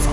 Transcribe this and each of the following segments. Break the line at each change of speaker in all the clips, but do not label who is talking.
方，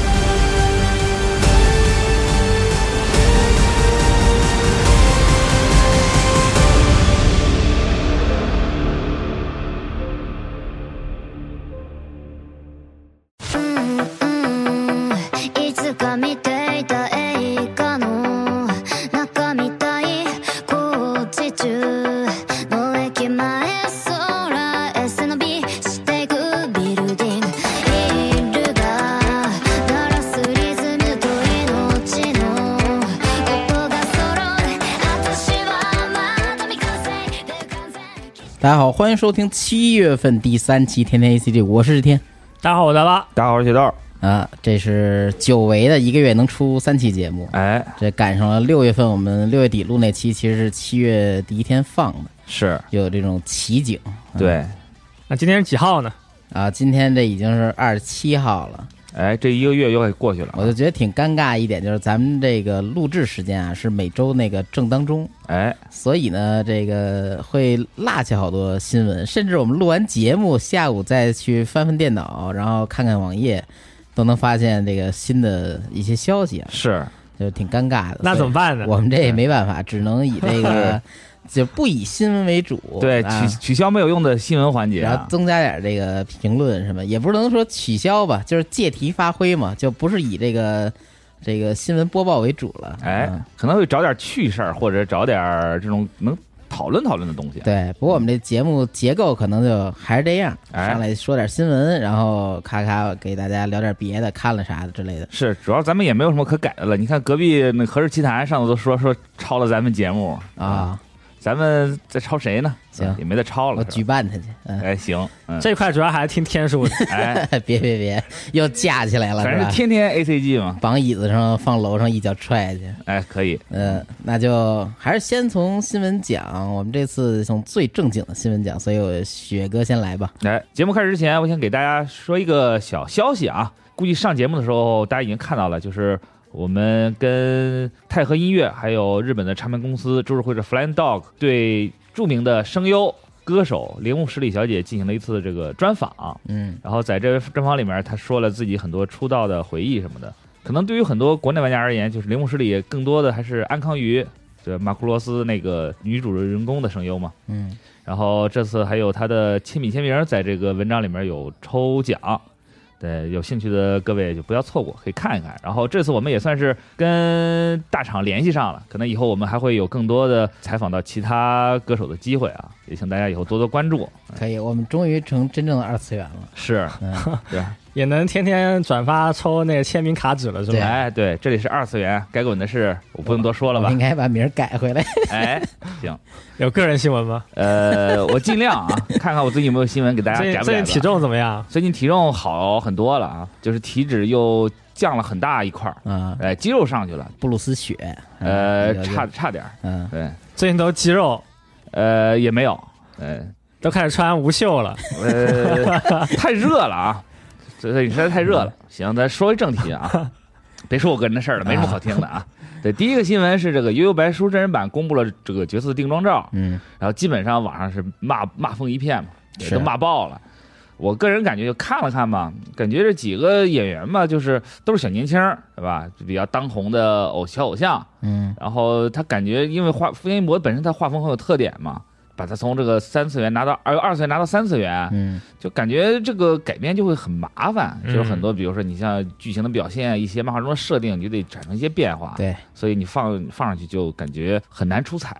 「いつか見ていた映画の中みたい」「工事中の駅前空へ背伸びしていくビルディング」「イルが鳴らすリズムと命の音がそろう」「私はまだ未完成で完全」
大家好，欢迎收听七月份第三期《天天 ACG》，我是天
大家好，我大巴。
大家好，我是铁豆。
啊，这是久违的一个月能出三期节目，
哎，
这赶上了六月份，我们六月底录那期其实是七月第一天放的，
是
有这种奇景
对，
那今天是几号呢？
啊。今天这已经是二十七号了，
哎，这一个月又给过去了
我。就觉得挺尴尬一点，就是咱们这个录制时间啊是每周那个正当中，
哎，
所以呢，这个会落下好多新闻，甚至我们录完节目，下午再去翻翻电脑，然后看看网页，都能发现这个新的一些消息啊，
是
就挺尴尬的。
那怎么办呢
所以？我们这也没办法，只能以这个就不以新闻为主，
对
啊
取取消没有用的新闻环节
然后
啊，
增加点这个评论什么，也不能说取消吧，就是借题发挥嘛，就不是以这个这个新闻播报为主了。
哎
嗯，
可能会找点趣事儿，或者找点儿这种能讨论讨论的东西。啊
对，不过我们这节目结构可能就还是这样，
哎
上来说点新闻，然后咔咔给大家聊点别的，看了啥的之类的。
是，主要咱们也没有什么可改的了。你看隔壁那《何氏奇谈》上次都说说抄了咱们节目，嗯
啊，
咱们在抄谁呢？
行
也没得抄
我
了。
举
是吧
办他去，嗯，
哎，行，嗯，
这块主要还是听天 数的。
哎，
别别别，又架起来了，
反正是
是吧？
天天 A C G 嘛，
绑椅子上，放楼上一脚踹去。
哎，可以，
嗯，那就还是先从新闻讲，我们这次从最正经的新闻讲，所以我雪哥先来吧。
来，哎节目开始之前，我想给大家说一个小消息啊，估计上节目的时候大家已经看到了，就是我们跟泰和音乐还有日本的唱片公司株式会社 Flying Dog 对著名的声优歌手铃木十里小姐进行了一次这个专访。啊
嗯，
然后在这专访里面，她说了自己很多出道的回忆什么的。可能对于很多国内玩家而言，就是铃木十里更多的还是安康鱼，就是马库罗斯那个女主人公的声优嘛。
嗯，
然后这次还有他的亲笔签名，在这个文章里面有抽奖，对，有兴趣的各位就不要错过，可以看一看。然后这次我们也算是跟大厂联系上了，可能以后我们还会有更多的采访到其他歌手的机会啊，也请大家以后多多关注。
可以，我们终于成真正的二次元了。
是，对，
也能天天转发抽那个签名卡纸了，是
对
吧？
哎，对，这里是二次元，该滚的是我不用多说了
我
吧
应？该把名儿改回来。
哎，行，
有个人新闻吗？
呃，我尽量啊，看看我最近有没有新闻给大家
最近
夹哎不夹
最
吧
近体重怎么样？
最近体重好很多了啊，就是体脂又降了很大一块儿，
啊，
哎，肌肉上去了，
布鲁斯雪，
呃，
嗯
差，差点儿，
嗯，
对，
最近都肌肉
呃，也没有，
嗯
呃，
都开始穿无袖 了。
呃太热了啊，这这实在太热了。
嗯
行，咱说回正题 啊，别说我个人的事儿了，没什么好听的啊。对，第一个新闻是这个《悠悠白书》真人版公布了这个角色定妆照，
嗯，
然后基本上网上是骂骂风一片嘛，也
是
都骂爆了。我个人感觉就看了看吧，感觉这几个演员吧，就是都是小年轻儿，对吧？就比较当红的偶小偶像。
嗯
然后他感觉，因为画福原一博本身他画风很有特点嘛，把它从这个三次元拿到二二次元拿到三次元，
嗯
就感觉这个改编就会很麻烦，
嗯
就是很多，比如说你像剧情的表现啊，一些漫画中的设定，你就得产生一些变化。，
对，
所以你放放上去就感觉很难出彩。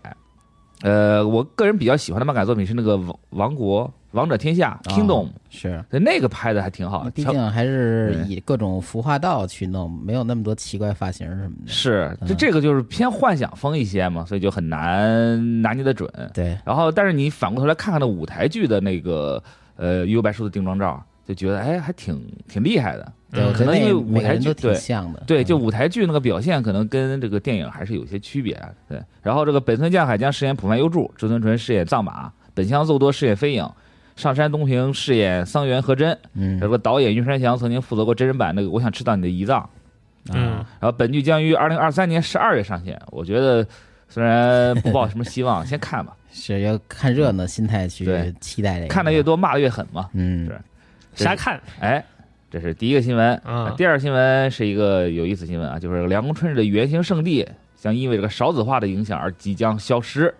呃，我个人比较喜欢的漫改作品是那个《王王国》《王者天下》Kingdom，、
是。
那个拍的还挺好。
毕
乔
竟还是
对
以各种服化道去弄，没有那么多奇怪发型什么的。
是，就
嗯
这个就是偏幻想风一些嘛，所以就很难拿捏得准。
对，
然后，但是你反过头来看看那舞台剧的那个呃幽白书的定妆照，就觉得哎还挺挺厉害的。
对，我
嗯可
觉得
能因为
那
舞
每个
台
人
剧
都挺
对
像的。
对，
嗯
就舞台剧那个表现可能跟这个电影还是有些区别啊。对，然后这个本村将海将饰演浦饭优助，志村纯饰演藏马，本乡奏多饰演飞影，上山东平饰演桑原和真。这
嗯
个导演云山翔曾经负责过真人版那个《我想吃到你的胰脏》，
嗯，
啊然后本剧将于二零二三年十二月上线。我觉得虽然不抱什么 希望，先看吧，
是要看热闹心态去
嗯对
期待这个。
看的越，多骂的越狠嘛。
嗯，
是
瞎看，
哎，这是第一个新闻。啊
嗯
第二新闻是一个有意思新闻啊，就是凉宫春日的原型圣地将因为这个少子化的影响而即将消失。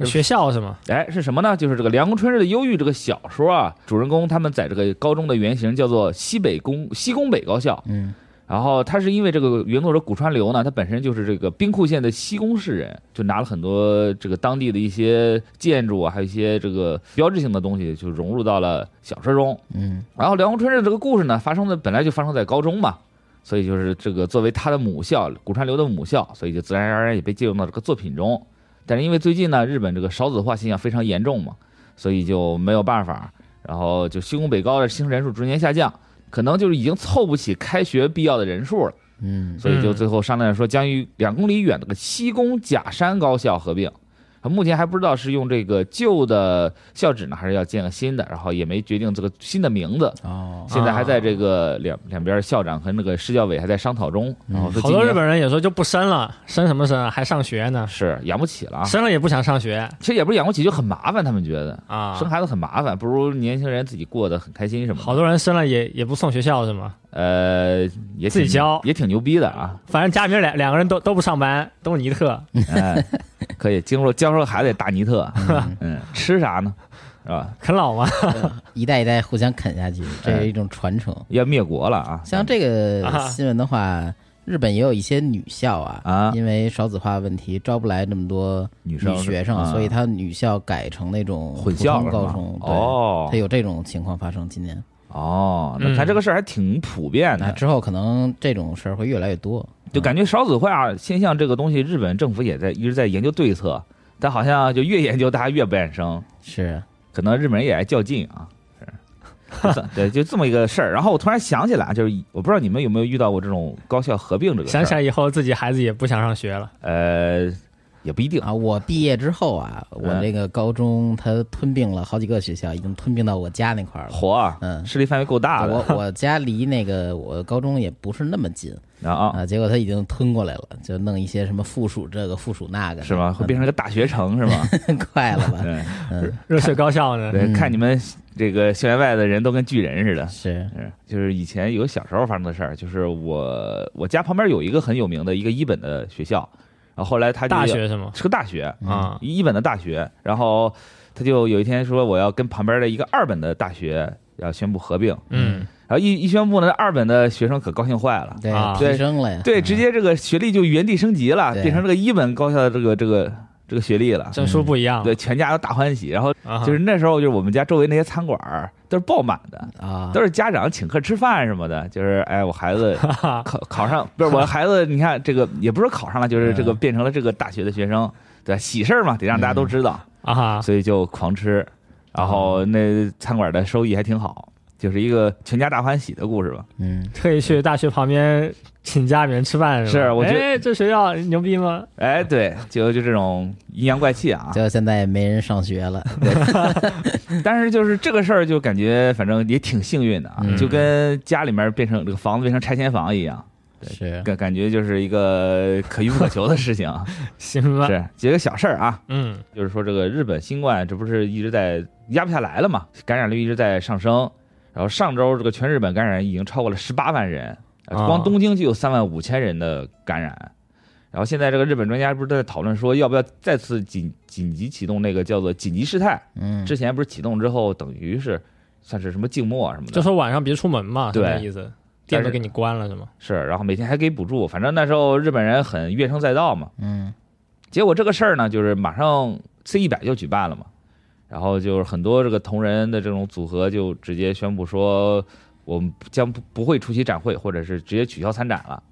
学校是吗？
哎，是什么呢？就是这个《凉宫春日的忧郁》这个小说啊，主人公他们在这个高中的原型叫做西北工西宫北高校，
嗯
然后他是因为这个原作者古川流呢，他本身就是这个兵库县的西宫市人，就拿了很多这个当地的一些建筑啊，还有一些这个标志性的东西，就融入到了小说中。
嗯
然后《梁红春日》这个故事呢，发生的本来就发生在高中嘛，所以就是这个作为他的母校古川流的母校，所以就自然而然也被借用到这个作品中。但是因为最近呢，日本这个少子化现象非常严重嘛，所以就没有办法，然后就西工北高的新生人数逐年下降，可能就是已经凑不起开学必要的人数了，
嗯
所以就最后商量说将与两公里远的西宫假山高校合并。啊目前还不知道是用这个旧的校址呢，还是要建个新的，然后也没决定这个新的名字。
哦，
现在
啊
还在这个两两边校长和那个市教委还在商讨中，然后
嗯
说
好
今
多
年
日本人也说就不生了，生什么生啊？还上学呢，
是养不起了啊，
生了也不想上学
其实也不是养不起，就很麻烦，他们觉得
啊。
生孩子很麻烦，不如年轻人自己过得很开心什么的。
好多人生了也也不送学校是吗？
呃，也挺
自己教
也挺牛逼 的啊，
反正家里面两两个人都都不上班，都是尼特。
哎，可以经受教授孩子也大尼特， 嗯，吃啥呢？啊是吧？
啃老吗？
一代一代互相啃下去，这
哎
是一种传承。
要灭国了啊！
像这个
啊
新闻的话，日本也有一些女校啊，
啊
因为少子化问题招不来那么多
女生
学生，
啊
所以他女校改成那种
混校
普
了
通高
是吧
中，对，
哦
他有这种情况发生。今年
哦，那看
嗯
这个事儿还挺普遍
那
的，
之后可能这种事儿会越来越多，
就感觉少子化现象这个东西，日本政府也在一直在研究对策，但好像就越研究大家越不愿生，
是
可能日本人也爱较劲啊。是对，就这么一个事儿。然后我突然想起来，就是我不知道你们有没有遇到过这种高校合并这个事儿。
想起来以后自己孩子也不想上学了，
呃，也不一定。
啊。我毕业之后啊，我
嗯
这个高中它吞并了好几个学校，已经吞并到我家那块儿了。
火啊，
嗯
势力范围够大的
我我家离那个我高中也不是那么近
啊，
啊，结果他已经吞过来了，就弄一些什么附属这个附属那个，
是吗？会变成一个大学城是 吗？
成 快了吧？
对
嗯，
热血高校呢？
对，
嗯
看你们这个校园外的人都跟巨人似的。
是，
是，就是以前有小时候发生的事儿，就是我我家旁边有一个很有名的一个一本的学校，然后后来他就
大学是吗？
是个大学，
啊，
一本的大学，然后他就有一天说我要跟旁边的一个二本的大学要宣布合并，
嗯，
然后一一宣布呢，二本的学生可高兴坏了，
对，
啊
提升了呀，
对，
嗯
直接这个学历就原地升级了，
对
变成这个一本高校的这个这个这个学历了，
证书不一样。
对，全家都大欢喜，然后
啊哈，
就是那时候就是我们家周围那些餐馆儿都是爆满的，
啊，
都是家长请客吃饭什么的，就是哎，我孩子
啊
考考上不是我孩子，你看这个也不是考上了，就是这个
嗯
变成了这个大学的学生，对喜事儿嘛，得让大家都知道，
嗯
啊哈，
所以就狂吃，然后那餐馆的收益还挺好，就是一个全家大欢喜的故事吧。
嗯，
特意去大学旁边请家里面吃饭吧
是我觉得
哎，这学校牛逼吗？
哎，对，就就这种阴阳怪气啊，
就现在也没人上学了，嗯
但是就是这个事儿，就感觉反正也挺幸运的啊，
嗯
就跟家里面变成这个房子变成拆迁房一样， 对
是，
感感觉就是一个可遇不可求的事情啊，
行吧，
是几个小事儿啊。
嗯，
就是说这个日本新冠这不是一直在压不下来了嘛，感染率一直在上升。然后上周这个全日本感染已经超过了十八万人，呃
啊
光东京就有三万五千人的感染。然后现在这个日本专家不是都在讨论说，要不要再次紧紧急启动那个叫做紧急事态？
嗯，
之前不是启动之后，等于是算是什么静默啊什么的，
就说晚上别出门嘛，是
对
那意思。店都给你关了是吗？
是，然后每天还给补助，反正那时候日本人很怨声载道嘛。
嗯，
结果这个事儿呢，就是马上 C 一百就举办了嘛，然后就是很多这个同人的这种组合就直接宣布说，我们将不不会出席展会，或者是直接取消参展了。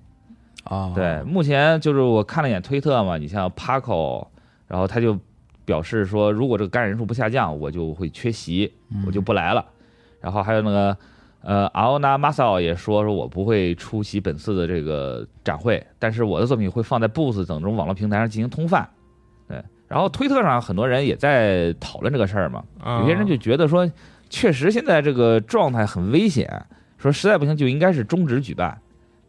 哦，
对，目前就是我看了一眼推特嘛，你像 Paco，然后他就表示说，如果这个感染人数不下降，我就会缺席，
嗯
我就不来了。然后还有那个呃 Aona Masao 也说说我不会出席本次的这个展会，但是我的作品会放在 Boost 等这种网络平台上进行通贩。对，然后推特上很多人也在讨论这个事儿嘛，有
啊
些人就觉得说，确实现在这个状态很危险，说实在不行就应该是终止举办。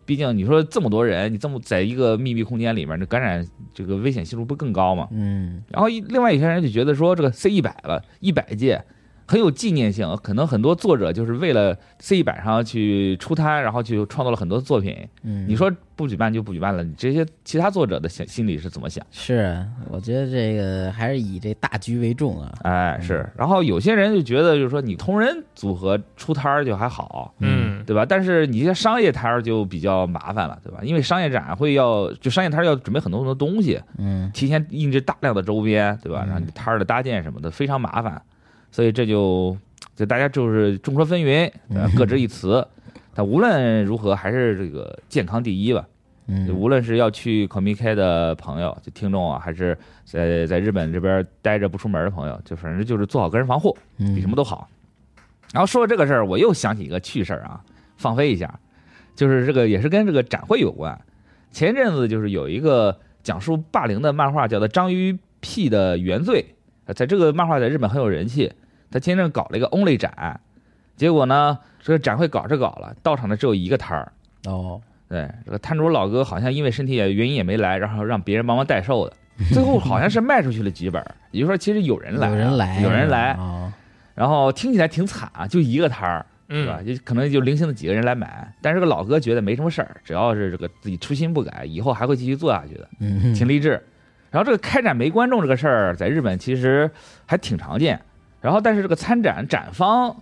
毕竟你说这么多人，你这么在一个密闭空间里面，这感染这个危险系数不更高吗？
嗯
然后一另外一些人就觉得说，这个 C 一百了，一百届很有纪念性，可能很多作者就是为了 C 一百上去出摊，然后去创作了很多作品。
嗯，
你说不举办就不举办了，你这些其他作者的想心里是怎么想？
是？我觉得这个还是以这大局为重啊。
哎，是。然后有些人就觉得，就是说你同人组合出摊儿就还好，
嗯，
对吧？但是你这些商业摊儿就比较麻烦了，对吧？因为商业展会要就商业摊儿要准备很多很多东西，
嗯
提前印制大量的周边，对吧？
嗯
然后你摊儿的搭建什么的非常麻烦，所以这就就大家就是众说纷纭，对吧
嗯
各执一词。但无论如何，还是这个健康第一吧。就
嗯
无论是要去 Comic Con 的朋友，就听众啊，还是在在日本这边待着不出门的朋友，就反正就是做好个人防护，
嗯，
比什么都好。然后说到这个事儿，我又想起一个趣事儿啊，放飞一下，就是这个也是跟这个展会有关。前一阵子就是有一个讲述霸凌的漫画，叫做《章鱼屁的原罪》，呃在这个漫画在日本很有人气。他前一阵搞了一个 Only 展，结果呢，这个展会搞着搞了，到场的只有一个摊儿。
哦，
对，这个摊主老哥好像因为身体也原因也没来，然后让别人帮忙代售的，最后好像是卖出去了几本儿，也就是说其实有人来啊，
有人来，
有人来，
啊，
然后听起来挺惨啊，就一个摊儿，是吧？
嗯，
就可能就零星的几个人来买，但是这个老哥觉得没什么事儿，只要是这个自己初心不改，以后还会继续做下去的，
嗯，
挺励志。然后这个开展没观众这个事儿，在日本其实还挺常见。然后但是这个参展展方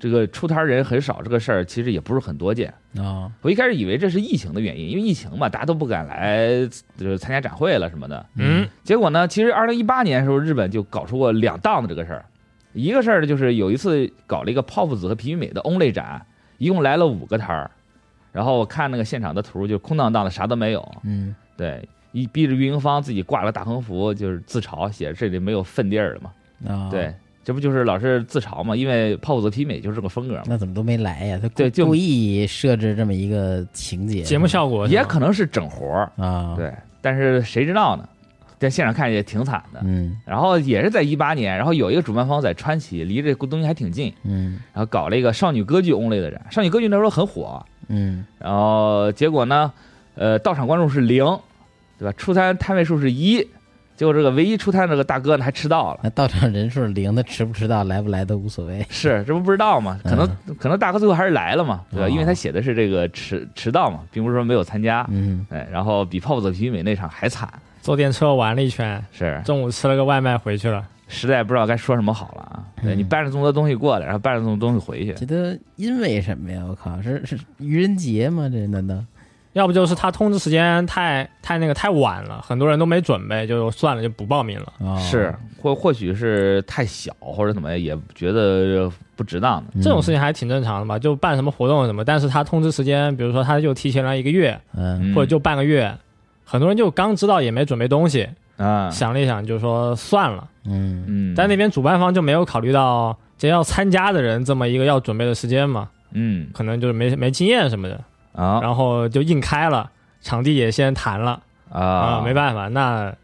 这个出摊儿人很少这个事儿，其实也不是很多见。
啊，
我一开始以为这是疫情的原因，因为疫情嘛，大家都不敢来就是参加展会了什么的。
嗯，
结果呢，其实二零一八年的时候，日本就搞出过两档的这个事儿。一个事儿就是有一次搞了一个泡芙子和皮皮美的 Only 展，一共来了五个摊儿，然后我看那个现场的图就空荡荡的，啥都没有。
嗯
对，一逼着运营方自己挂了大横幅，就是自嘲，写着这里没有粪地儿了嘛。
啊，，
对，这不就是老是自嘲嘛？因为泡芙子皮美就是这个风格嘛。
那怎么都没来呀？他故
对就
故意设置这么一个情节，
节目效果是吧
也可能是整活儿，
啊，，
对，但是谁知道呢？在现场看也挺惨的。
嗯
然后也是在一八年，然后有一个主办方在川崎，离这东西还挺近，
嗯
然后搞了一个少女歌剧 only 的展。少女歌剧那时候很火，
嗯
然后结果呢，呃，到场观众是零，对吧？出摊摊位数是一，结果这个唯一出摊的这个大哥呢还迟到了。
那到场人数零，他迟不迟到，来不来都无所谓。
是，这不不知道嘛？可能、可能大哥最后还是来了嘛，对吧？
嗯哦
因为他写的是这个迟迟到嘛，并不是说没有参加。
嗯，
哎，然后比泡泡子皮美那场还惨，
坐电车玩了一圈，
是
中午吃了个外卖回去了。
实在不知道该说什么好了啊！对
嗯
你搬着这么多东西过来，然后搬着这么多东西回去，
这都因为什么呀？我靠，是是愚人节吗？这难道？
要不就是他通知时间太太那个太晚了，很多人都没准备，就算了，就不报名了。
哦、
是或或许是太小或者怎么也觉得不值当的。
嗯
这种事情还挺正常的嘛，就办什么活动什么，但是他通知时间，比如说他就提前了一个月，
嗯，
或者就半个月，很多人就刚知道也没准备东西，
啊，
想了一想就说算了。
嗯
嗯，
但那边主办方就没有考虑到这要参加的人这么一个要准备的时间嘛，
嗯
可能就是没没经验什么的，
啊
然后就硬开了，场地也先谈了啊，
啊，
没办法，那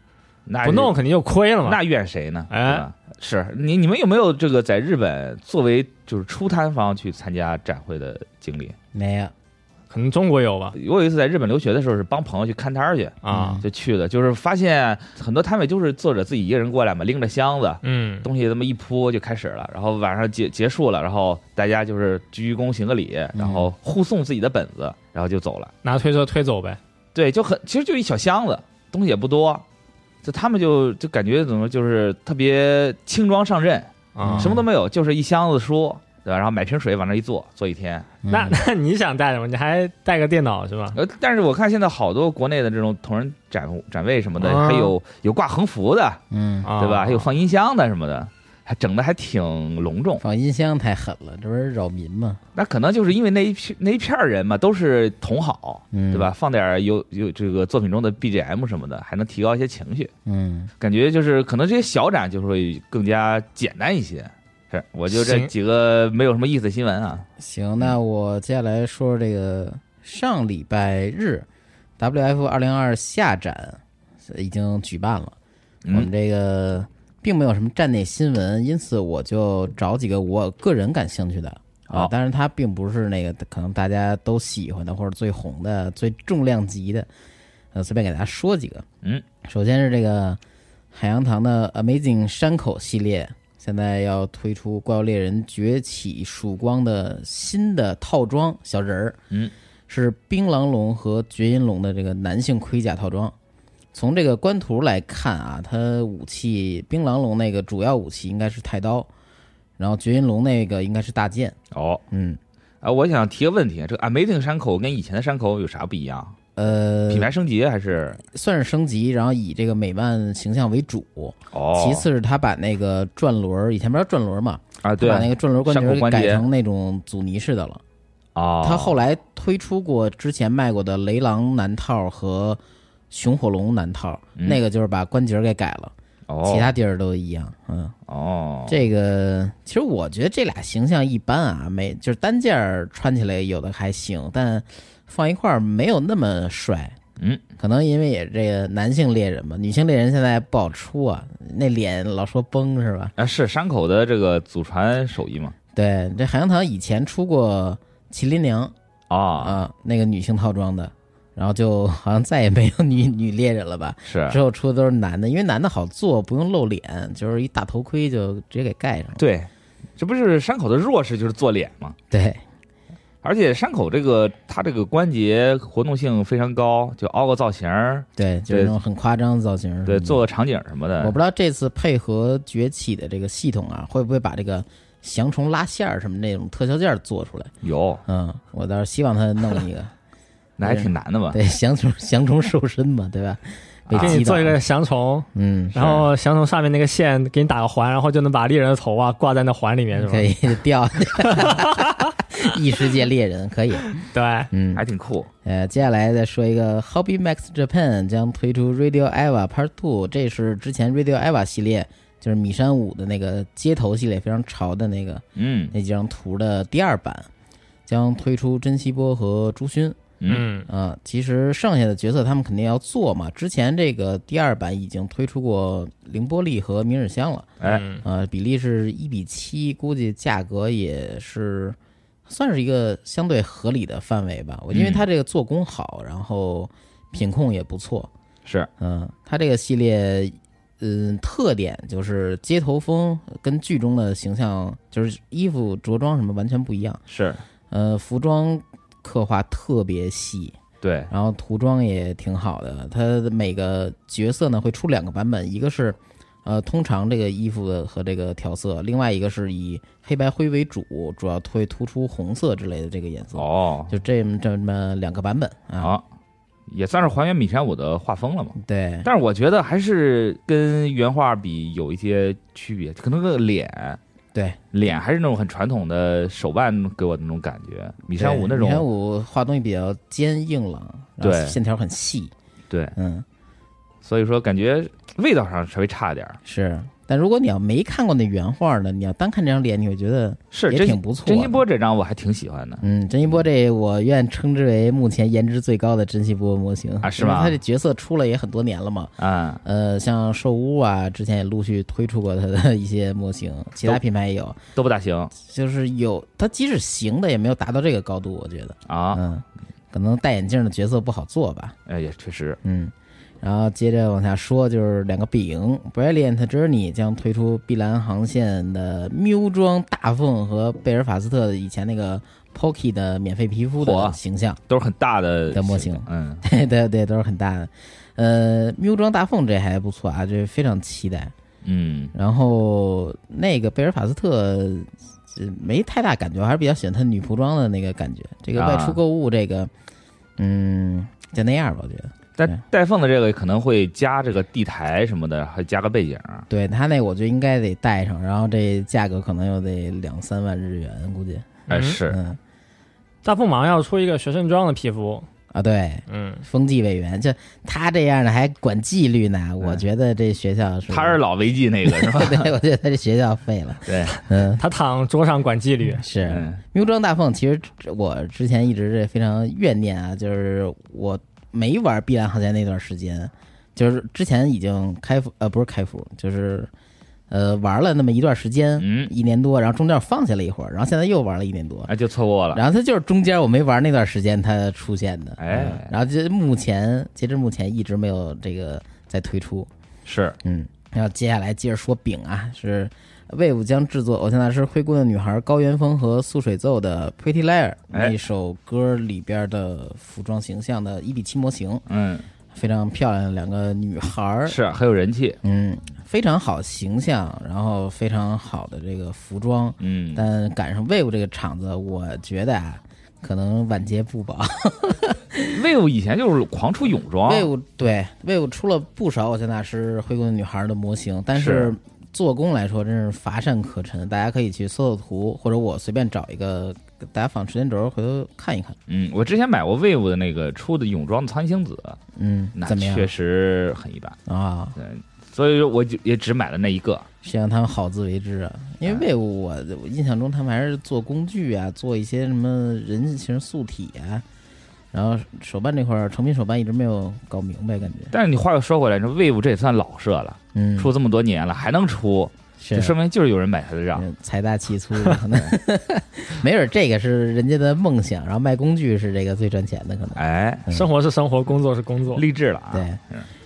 那
不弄肯定就亏了嘛。
那怨谁呢？
哎
对吧，是你你们有没有这个在日本作为就是出摊方去参加展会的经历？
没有，
可能中国有吧
我有一次在日本留学的时候，是帮朋友去看摊儿去，
啊，
就去的，就是发现很多摊位就是作者自己一个人过来嘛，拎着箱子，
嗯
东西这么一铺就开始了，然后晚上结结束了，然后大家就是鞠躬行个礼，然
嗯
后护送自己的本子，然后就走了。
拿推车推走呗。
对，就很其实就一小箱子，东西也不多，就他们就就感觉怎么就是特别轻装上阵，
啊
什么都没有，就是一箱子书，对吧？然后买瓶水往那一坐，坐一天。
嗯
那 那你想带什么？你还带个电脑是吧？
呃，但是我看现在好多国内的这种同人展展位什么的，
啊
还有有挂横幅的，
嗯，
啊
对吧？还有放音箱的什么的，还整的还挺隆重。
放音箱太狠了，这不是扰民吗？
那可能就是因为那一批那一片儿人嘛，都是同好，
嗯
对吧？放点儿有有这个作品中的 BGM 什么的，还能提高一些情绪。
嗯，
感觉就是可能这些小展就会更加简单一些。是，我就这
行
几个没有什么意思的新闻啊。
行，那我接下来说这个上礼拜日，WF 二零二夏展已经举办了，我们
嗯
这个并没有什么站内新闻，因此我就找几个我个人感兴趣的。啊
好，
当然它并不是那个可能大家都喜欢的或者最红的、最重量级的，呃，随便给大家说几个。
嗯，
首先是这个海洋堂的 Amazing 山口系列，现在要推出《怪物猎人崛起：曙光》的新的套装小人儿，
嗯，
是槟榔龙和绝音龙的这个男性盔甲套装。从这个官图来看啊，它武器槟榔龙那个主要武器应该是太刀，然后绝音龙那个应该是大剑。
哦，
嗯，
啊，我想提个问题，这个 Amazing 山口跟以前的山口有啥不一样？
呃，
品牌升级还是？
算是升级，然后以这个美漫形象为主。
哦，
其次是他把那个转轮儿，以前不是叫转轮儿嘛，
啊，
他
对
把那个转轮儿关
上口
节
关节
改成那种阻尼式的了。
哦，
他后来推出过之前卖过的雷狼男套和熊火龙男套，
嗯
那个就是把关节儿给改了，
哦
其他地儿都一样。嗯，
哦，
这个其实我觉得这俩形象一般啊，没就是单件儿穿起来有的还行，但放一块儿没有那么帅。
嗯，
可能因为也这个男性猎人嘛，女性猎人现在不好出啊，那脸老说崩是吧？
啊是山口的这个祖传手艺嘛？
对，这海洋堂以前出过麒麟娘
啊，
啊，那个女性套装的，然后就好像再也没有女 女猎人了吧？
是
之后出的都是男的，因为男的好做，不用露脸，就是一大头盔就直接给盖上了。
对，这不是山口的弱势就是做脸嘛？
对，
而且山口这个它这个关节活动性非常高，就凹个造型儿，
对，就是
对
那种很夸张的造型什么的。
对，做个场景什么的。
嗯我不知道这次配合崛起的这个系统啊，会不会把这个翔虫拉线儿什么那种特效件儿做出来？
有，
嗯，我倒是希望他弄一个。
那还挺难的嘛。
对，翔虫翔虫瘦身嘛，对吧？被
给
击
你
倒
啊做一。个翔虫，
嗯，
然后翔虫上面那个线给你打个环，然后就能把猎人的头啊挂在那环里面，是吧
可？以掉 下去。异世界猎人可以。
对，
嗯
还，挺酷
呃，接下来再说一个 Hobby Max Japan 将推出 Radio Eva Part Two，这是之前 Radio Eva 系列，就是米山五的那个街头系列非常潮的那个
嗯
那几张图的第二版，将推出真希波和朱勋。
嗯，
嗯，
啊、其实剩下的角色他们肯定要做嘛。之前这个第二版已经推出过凌波丽和明日香了，
哎
嗯
呃，比例是一比七，估计价格也是算是一个相对合理的范围吧。我因为
嗯
它这个做工好，然后品控也不错，
是
嗯，它这个系列，嗯，特点就是街头风跟剧中的形象，就是衣服着装什么完全不一样。
是，
呃，服装刻画特别细，
对，
然后涂装也挺好的。它的每个角色呢会出两个版本，一个是呃通常这个衣服的和这个调色，另外一个是以黑白灰为主，主要会突出红色之类的这个颜色。
哦，
就这么这么两个版本啊，
好，也算是还原米山舞的画风了嘛。
对，
但是我觉得还是跟原画比有一些区别，可能个脸，
对，
脸还是那种很传统的手腕给我的那种感觉，米山舞那
对米山
种，
舞画东西比较坚硬朗，然后
对
线条很细，
对，
嗯，
所以说感觉味道上稍微差点儿，
是。但如果你要没看过那原画呢，你要单看这张脸，你会觉得，
是
也
真
挺不错
真
的
心波这张我还挺喜欢的，
嗯，珍一波这我愿称之为目前颜值最高的珍惜波模型
啊是
因为
吗
他这角色出了也很多年了嘛，
啊，
呃，像兽屋啊，之前也陆续推出过他的一些模型，其他
都
品牌也有，
都不大行
就是有他即使行的也没有达到这个高度，我觉得，嗯
啊，
嗯，可能戴眼镜的角色不好做吧，
哎，也确实，
嗯，然后接着往下说，就是两个笔营 Brilliant Journey 将推出碧蓝航线的缪装大凤和贝尔法斯特以前那个 Pocky 的免费皮肤
嚯
的形象，
都是很大的
的模型
嗯，
对 对对，都是很大的。呃，缪装大凤这还不错啊，这非常期待。
嗯，
然后那个贝尔法斯特呃没太大感觉，我还是比较喜欢她女仆装的那个感觉。这个
啊
外出购物，这个、嗯，就那样吧，我觉得。对
但带缝的这个可能会加这个地台什么的，还加个背景。
对他那，我觉得应该得带上，然后这价格可能又得两三万日元，估计。
哎，
嗯
是，
嗯
大凤马上要出一个学生装的皮肤，
啊，对，
嗯，
风纪委员，就他这样的还管纪律呢，我
嗯
觉得这学校是
他是老违纪那个是吧？
对，我觉得他这学校废了。
对，
嗯，
他躺桌上管纪律，
是。
嗯
缪庄大凤，其实我之前一直是非常怨念啊，就是我没玩碧蓝航线那段时间，就是之前已经开服，呃，不是开服，就是呃玩了那么一段时间，
嗯
一年多，然后中间放下了一会儿，然后现在又玩了一年多，
哎，就错过了。
然后它就是中间我没玩那段时间它出现的，
哎
嗯然后就目前截至目前一直没有这个在推出，
是，
嗯，然后接下来接着说饼啊，是 Wave 将制作偶像大师灰姑娘女孩高原风和素水奏的 Pretty Liar
哎
那首歌里边的服装形象的一比七模型，
嗯，
非常漂亮的两个女孩儿，
是很有人气。
嗯，非常好形象，然后非常好的这个服装，
嗯，
但赶上 Wave 这个厂子，我觉得啊，可能晚节不保。
vivo 以前就是狂出泳装，
Wave 对 Wave 出了不少偶像大师、灰姑娘女孩的模型，但是
是
做工来说真是乏善可陈。大家可以去搜搜图，或者我随便找一个，大家仿时间轴回头看一看。
嗯，我之前买过 vivo 的那个出的泳装的苍星子，
嗯，
那
怎么样
确实很一般。
啊？
对，所以说我就也只买了那一个。
希望他们好自为之啊！因
哎
为 Wave 我我印象中他们还是做工具啊，做一些什么人形素体啊，然后手办这块儿成品手办一直没有搞明白，感觉
但是你话又说回来，你说 vivo 这也算老社了，
嗯，
出这么多年了还能出，
是
就说明就是有人买它的账。
嗯财大气粗的， 可能没准这个是人家的梦想，然后卖工具是这个最赚钱的，可能。
哎，
嗯
生活是生活，工作是工作，
励志了啊！
对，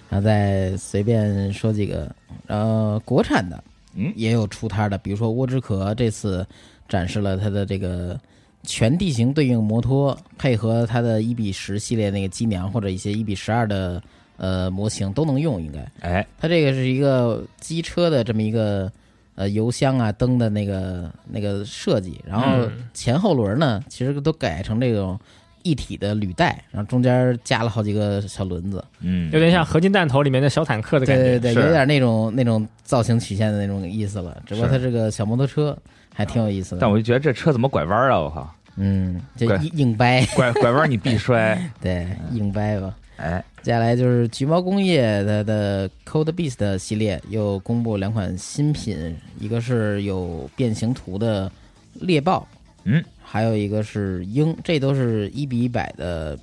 然后再随便说几个，呃，国产的，
嗯
也有出摊的，比如说窝之壳这次展示了它的这个全地形对应摩托，配合它的一比十系列那个机娘或者一些一比十二的呃模型都能用，应该。
哎，
它这个是一个机车的这么一个呃油箱啊灯的那个那个设计，然后
嗯
前后轮呢其实都改成这种一体的履带，然后中间加了好几个小轮子，
嗯，
有点像合金弹头里面的小坦克的
对
感觉。
对对，
是
有点那种那种造型曲线的那种意思了。只不过
是
它这个小摩托车还挺有意思
但
的，
我就觉得这车怎么拐弯儿啊！我靠，
嗯，就
对
硬硬掰，
拐拐弯儿你必摔。
对，硬掰吧。
哎，
接下来就是橘猫工业它的 Code Beast 系列又公布两款新品，一个是有变形图的猎豹，
嗯，
还有一个是鹰，这都是一比一百的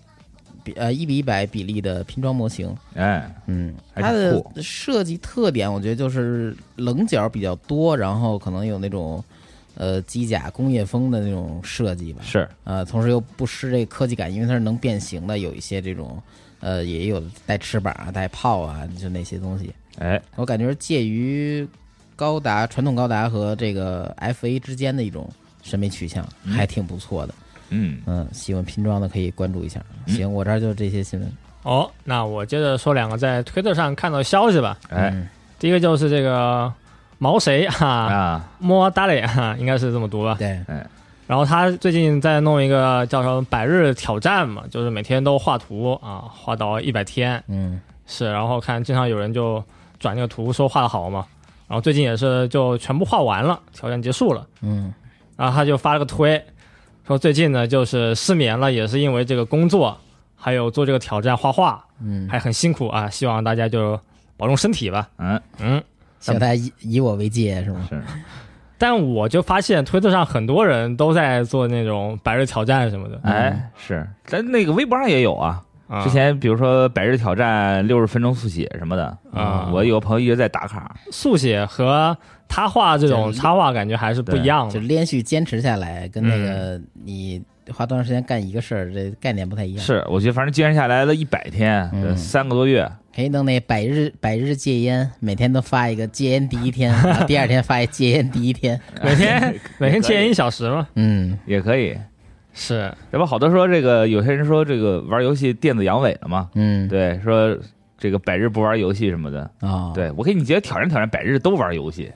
比呃一比一百比例的拼装模型。
哎，
嗯，
还挺
它的
酷
设计特点我觉得就是棱角比较多，然后可能有那种呃机甲工业风的那种设计吧。
是，
呃，同时又不失这个科技感，因为它是能变形的，有一些这种，呃，也有带翅膀啊、带炮啊，就那些东西。
哎，
我感觉是介于高达传统高达和这个 F A 之间的一种审美取向，
嗯
还挺不错的。
嗯，
嗯，喜欢拼装的可以关注一下。行，我这儿就这些新闻。
哦，那我接着说两个在推特上看到的消息吧。
哎
嗯，
第一个就是这个毛谁哈，
啊，
莫达雷哈，应该是这么读吧。
对，
然后他最近在弄一个叫什么百日挑战嘛，就是每天都画图啊，画到一百天
嗯，
是。然后看经常有人就转那个图说画的好嘛，然后最近也是就全部画完了，挑战结束了。
嗯，
然后他就发了个推，说最近呢就是失眠了，也是因为这个工作，还有做这个挑战画画，
嗯，
还很辛苦啊，希望大家就保重身体吧。
嗯，
嗯，
希望大家以以我为戒，是吗？
是，
但我就发现推特上很多人都在做那种百日挑战什么的，
哎，是，
嗯
咱那个微博上也有啊。
啊
之前比如说百日挑战、六十分钟速写什么的，
啊
我有个朋友一直在打卡。
速写和他画这种插画感觉还是不一样
就
的。
连续坚持下来，跟那个你花多长时间干一个事儿，这概念不太一样。
是，我觉得反正坚持下来了一百天，
嗯
呃三个多月，
可以弄那百日百日戒烟，每天都发一个戒烟第一 天，然后第二天发一戒烟第一天。
每天每天戒烟一小时嘛，
嗯，
也可以。
是
要不好多说这个，有些人说这个玩游戏电子阳痿了嘛，
嗯，
对，说这个百日不玩游戏什么的，
啊，
对我给你觉得挑战挑战，百日都玩 游戏，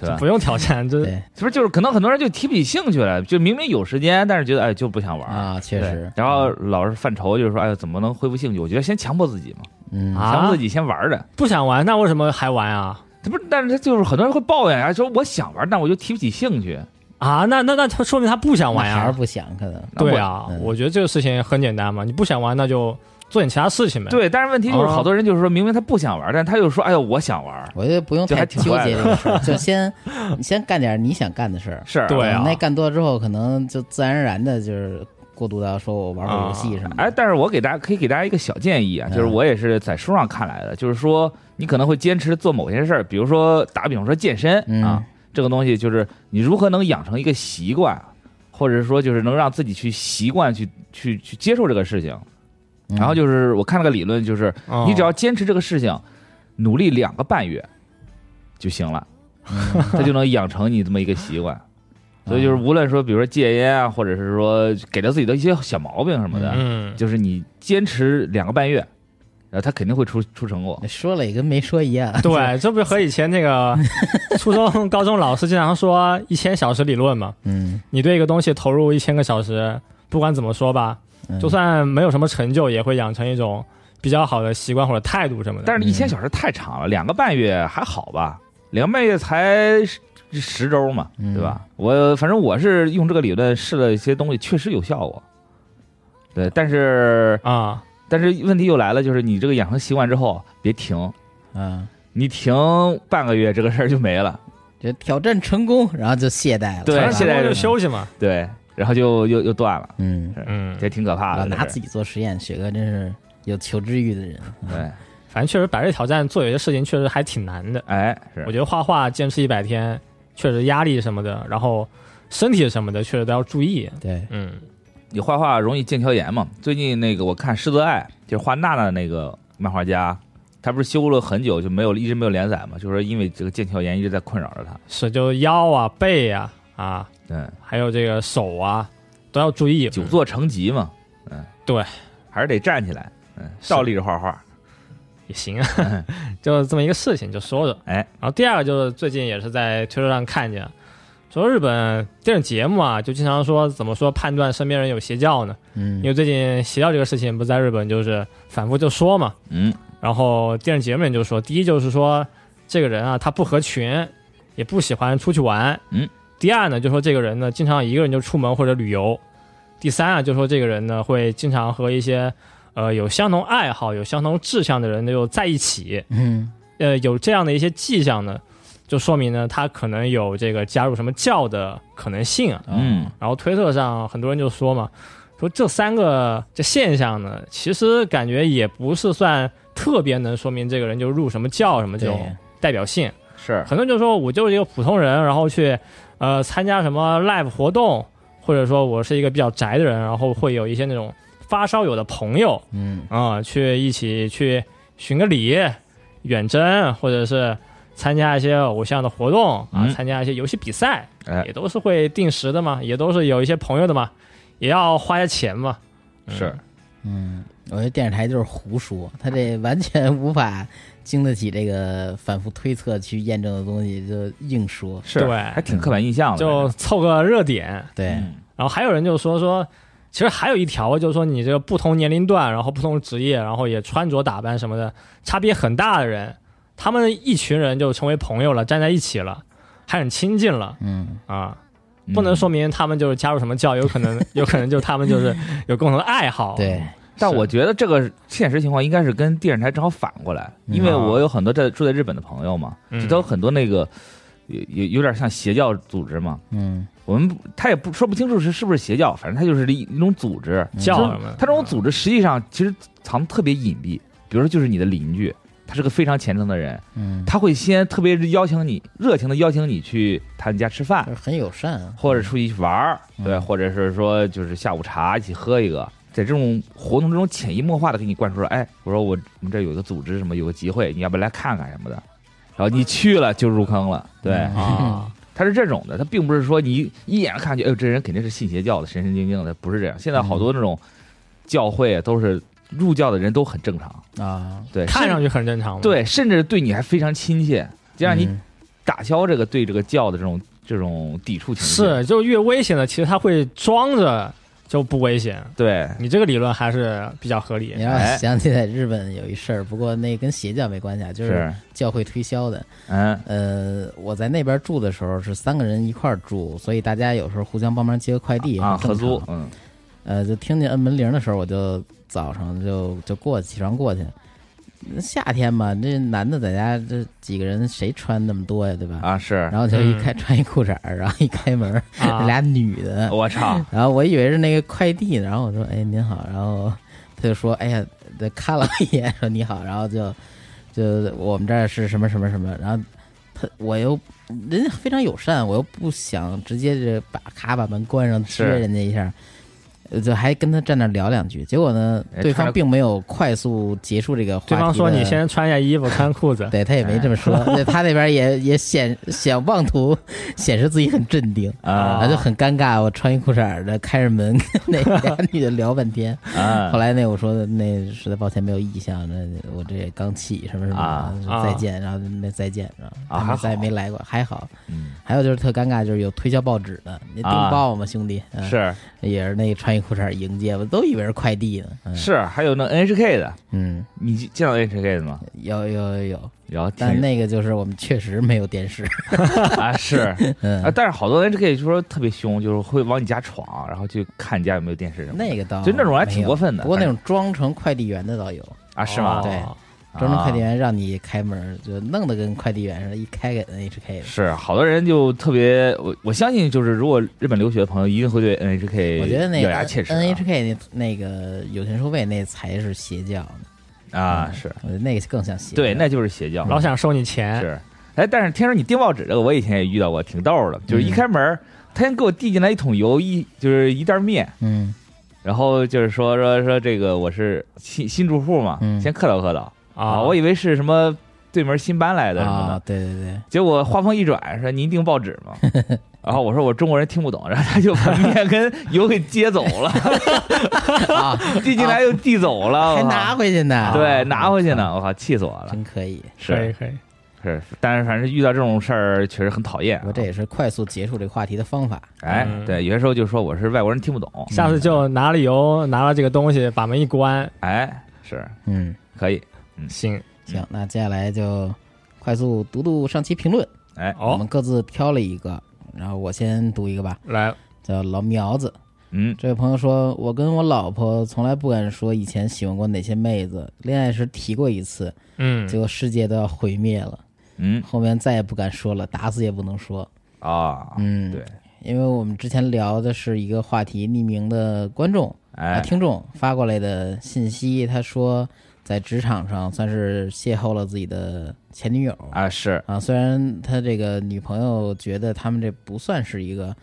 对吧
不？用挑战，这
对
是不是就是可能很多人就提不起兴趣来，就明明有时间，但是觉得哎就不想玩。
啊，确
对
实。
然后老是犯愁，就是说，哎呦，怎么能恢复兴趣？我觉得先强迫自己嘛，
嗯
啊
强迫自己先玩着。
不想玩，那为什么还玩啊？
这不是，但是他就是很多人会抱怨啊，说我想玩，但我就提不起兴趣。
啊，那那那他说明他不想玩
那还是
呀。
不想可能。
那我
对，啊
嗯，
我觉得这个事情很简单嘛，你不想玩，那就做点其他事情呗。，
对，但是问题就是，好多人就是说明明他不想玩，但他又说，哎呦，我想玩。
我觉得不用
这还
太
挺
纠
坏
结
的
这个事 儿，就先你先干点你想干的事儿。
是，
对啊
嗯那干多了之后，可能就自然而然的就是过渡到说我玩会儿游戏什么的。
哎，但是我给大家可以给大家一个小建议啊，
嗯
就是我也是在书上看来的，就是说你可能会坚持做某些事儿，比如说打比方说健身
嗯
啊，这个东西就是你如何能养成一个习惯，啊或者说就是能让自己去习惯去去去接受这个事情。
嗯
然后就是我看了个理论，就是
哦
你只要坚持这个事情，努力两个半月就行了，
嗯
它就能养成你这么一个 习惯。所以就是无论说，比如说戒烟啊，或者是说给到自己的一些小毛病什么的，
嗯，
就是你坚持两个半月，然后它肯定会出出成果。
说了也跟没说一样。
对，这不是和以前 那个初中、高中老师经常说一千小时理论嘛？
嗯，
你对一个东西投入一千个小时，不管怎么说吧，
嗯
就算没有什么成就，也会养成一种比较好的习惯或者态度什么的。
但是，
嗯
一千小时太长了，两个半月还好吧？两个半月才十十周嘛，
嗯
对吧？我反正我是用这个理论试了一些东西，确实有效果。对，但是
啊、
但是问题又来了，就是你这个养成习惯之后，别停，
嗯，
你停半个月，这个事儿就没了。
就挑战成功，然后就懈怠了。
对
是吧
懈现怠在
就休息嘛。
对，然后就又又断了，
嗯，
嗯，
这挺可怕
老
的。
拿
这是
自己做实验，雪哥真是有求知欲的人。
对，
反正确实百日挑战做有些事情确实还挺难的。
哎，是
我觉得画画坚持一百天，确实压力什么的，然后身体什么的，确实都要注意。
对，
嗯，
你画画容易腱鞘炎嘛？最近那个我看狮子爱，就是画娜娜那个漫画家，他不是休了很久就没有一直没有连载嘛？就是说因为这个腱鞘炎一直在困扰着他。
是就腰啊、背啊、啊，
嗯，
还有这个手啊，都要注意。
久坐成疾嘛，嗯，
对，
还是得站起来，嗯，倒立着画画。
也行啊， 就这么一个事情就说着。
哎，
然后第二个就是最近也是在推特上看见，说日本电视节目啊，就经常说怎么说判断身边人有邪教呢？
嗯
因，为最近邪教这个事情不是在日本就是反复就说嘛，
嗯，
然后电视节目里就说，第一就是说这个人啊，他不合群，也不喜欢出去玩。
嗯。
第二呢，就说这个人呢，经常一个人就出门或者旅游。第三啊，就说这个人呢，会经常和一些呃有相同爱好、有相同志向的人呢又在一起。
嗯
呃，有这样的一些迹象呢，就说明呢，他可能有这个加入什么教的可能性啊。
哦
嗯，
然后推特上很多人就说嘛，说这三个这现象呢，其实感觉也不是算特别能说明这个人就入什么教什么这种
对
代表性。
是，
很多人就说我就是一个普通人，然后去呃参加什么 live 活动，或者说我是一个比较宅的人，然后会有一些那种发烧友的朋友
嗯
啊、去一起去寻个礼、远征，或者是参加一些偶像的活动啊，
嗯
参加一些游戏比赛。
哎
也，都是会定时的嘛，也都是有一些朋友的嘛，也要花些钱嘛。嗯
是，
嗯，我觉得电视台就是胡说，他这完全无法经得起这个反复推测去验证的东西，就硬说。
是，
对
还挺刻板印象的。
就凑个热点。
对，
嗯
然后还有人就说说，其实还有一条就是说，你这个不同年龄段，然后不同职业，然后也穿着打扮什么的差别很大的人，他们一群人就成为朋友了，站在一起了，还很亲近了
嗯，
啊。
嗯
不能说明他们就是加入什么教，有可能有可能就他们就是有共同的爱
哦
好。
对，
但
是
我觉得这个现实情况应该是跟电视台正好反过来，
嗯
因为我有很多在住在日本的朋友嘛，
啊嗯
就都有很多那个有有有点像邪教组织嘛。
嗯
我们不他也不说不清楚是是不是邪教，反正他就是一一种组织。
教
就是
什么的
他这种组织实际上其实藏得特别隐蔽，比如说就是你的邻居，他是个非常虔诚的人，
嗯，
他会先特别邀请你，热情的邀请你去他们家吃饭
就是，很友善啊，
或者出去玩儿，对，
嗯
或者是说就是下午茶一起喝一个，在这种活动之中潜移默化的给你灌输说，哎，我说我我们这有个组织什么有个集会，你要不来看看什么的，然后你去了就入坑了，对，
嗯
啊，
他是这种的，他并不是说你一眼看去，哎呦，这人肯定是信邪教的，神神经经的，不是这样。现在好
嗯
多那种教会啊都是入教的人都很正常，
啊，
对，
看上
去
去很正常嘛。，
对，甚至对你还非常亲切，就让你
嗯
打消这个对这个教的这种这种抵触情绪。，
是就越危险的，其实他会装着就不危险。
对，
你这个理论还是比较合理
你。嗯让
哎
我想起在日本有一事儿，不过那跟邪教没关系啊，就是
是，
教会推销的。
嗯，
呃，我在那边住的时候是三个人一块儿住，所以大家有时候互相帮忙接个快递很
啊，合
正
租
常，
嗯，
呃，就听见摁门铃的时候，我就早上就就过去起床过去。夏天嘛，这男的在家这几个人谁穿那么多呀，对吧？
啊是，
然后就一开穿一裤衩儿，然后一开门，
啊
俩女的，
我操，
然后我以为是那个快递呢，然后我说：“哎，您好。”然后他就说：“哎呀，对看了我一眼，说你好。”然后就就我们这儿是什么什么什么，然后他我又人家非常友善，我又不想直接就把咔把门关上
是
撅人家一下。呃就还跟他站那儿聊两句，结果呢
哎，
对方
穿着
并没有快速结束这个话题
对
的。
方说你先穿一下衣服，穿裤子。
对他也没这么说， 对他那边也也显想妄图显示自己很镇定
啊
嗯然后就很尴尬。我穿一裤衩儿的，开着门 跟 那俩女的聊半天。 后
嗯，
来那我说的那实在抱歉没有意向，那我这也刚起什么什么
啊
的，
啊
再见，然后那再见，然后他
啊还
们再也
好
没来过，还好。
嗯
还有就是特尴尬，就是有推销报纸的，你订
啊
报嘛，兄弟，嗯
是
也是那穿一裤衩儿迎接，我都以为是快递呢。嗯
是，还有那 NHK 的，
嗯，
你见到 NHK 的吗？
有有有有，
然后
但
挺
那个就是我们确实没有电 视，
啊是，
嗯
啊，，但是好多人就可以说特别凶，就是会往你家闯，然后去看你家有没有电视什么的。
那个倒
就那种还
没
挺
有
过分的
不过那
反
种装成快递员的倒有，
啊，是吗？
哦
啊
对装成快递员让你开门，就弄得跟快递员似的，一开给 NHK 的。
是好多人就特别，我我相信就是如果日本留学的朋友一定会对
我觉得
NHK
那个
咬牙切齿啊
NHK 那那个有钱收费那才是邪教呢
啊，是
我觉得那个更像邪教。
对，那就是邪教，
老想收你钱，
嗯是。哎，但是听说你订报纸这个，我以前也遇到过，挺逗的。
嗯
就是一开门儿，他先给我递进来一桶油，一就是一袋面，
嗯
然后就是说说说这个我是新新住户嘛，
嗯
先客套客套
啊
我以为是什么对门新搬来的什么的哦
啊，，对对对，
结果话锋一转，说您订报纸吗？ 然后我说我中国人听不懂，然后他就把面跟油给接走了，
啊，
递进来又递走了，
还
我靠
拿回去呢，
对拿回去呢，我靠，气死我了！
真可以。
可以
是嗯
可以。
是，但是反正遇到这种事儿确实很讨厌啊。
我这也是快速结束这个话题的方法。
哎，
嗯
对，有些时候就说我是外国人听不懂，
下次就拿了油，拿了这个东西，把门一关，
哎，是
嗯，
可以，
行。
行，那接下来就快速读读上期评论，
哎，
我
哦
们，各自挑了一个，然后我先读一个吧。
来，
叫老苗子。
嗯
这位朋友说，我跟我老婆从来不敢说以前喜欢过哪些妹子，恋爱时提过一次，
嗯，
结果世界都要毁灭了，
嗯
后面再也不敢说了，打死也不能说。
啊，
嗯，
对，
因为我们之前聊的是一个话题，匿名的观众啊
哎，
听众发过来的信息，他说在职场上算是邂逅了自己的前女友
啊是，
啊，虽然他这个女朋友觉得他们这不算是一个，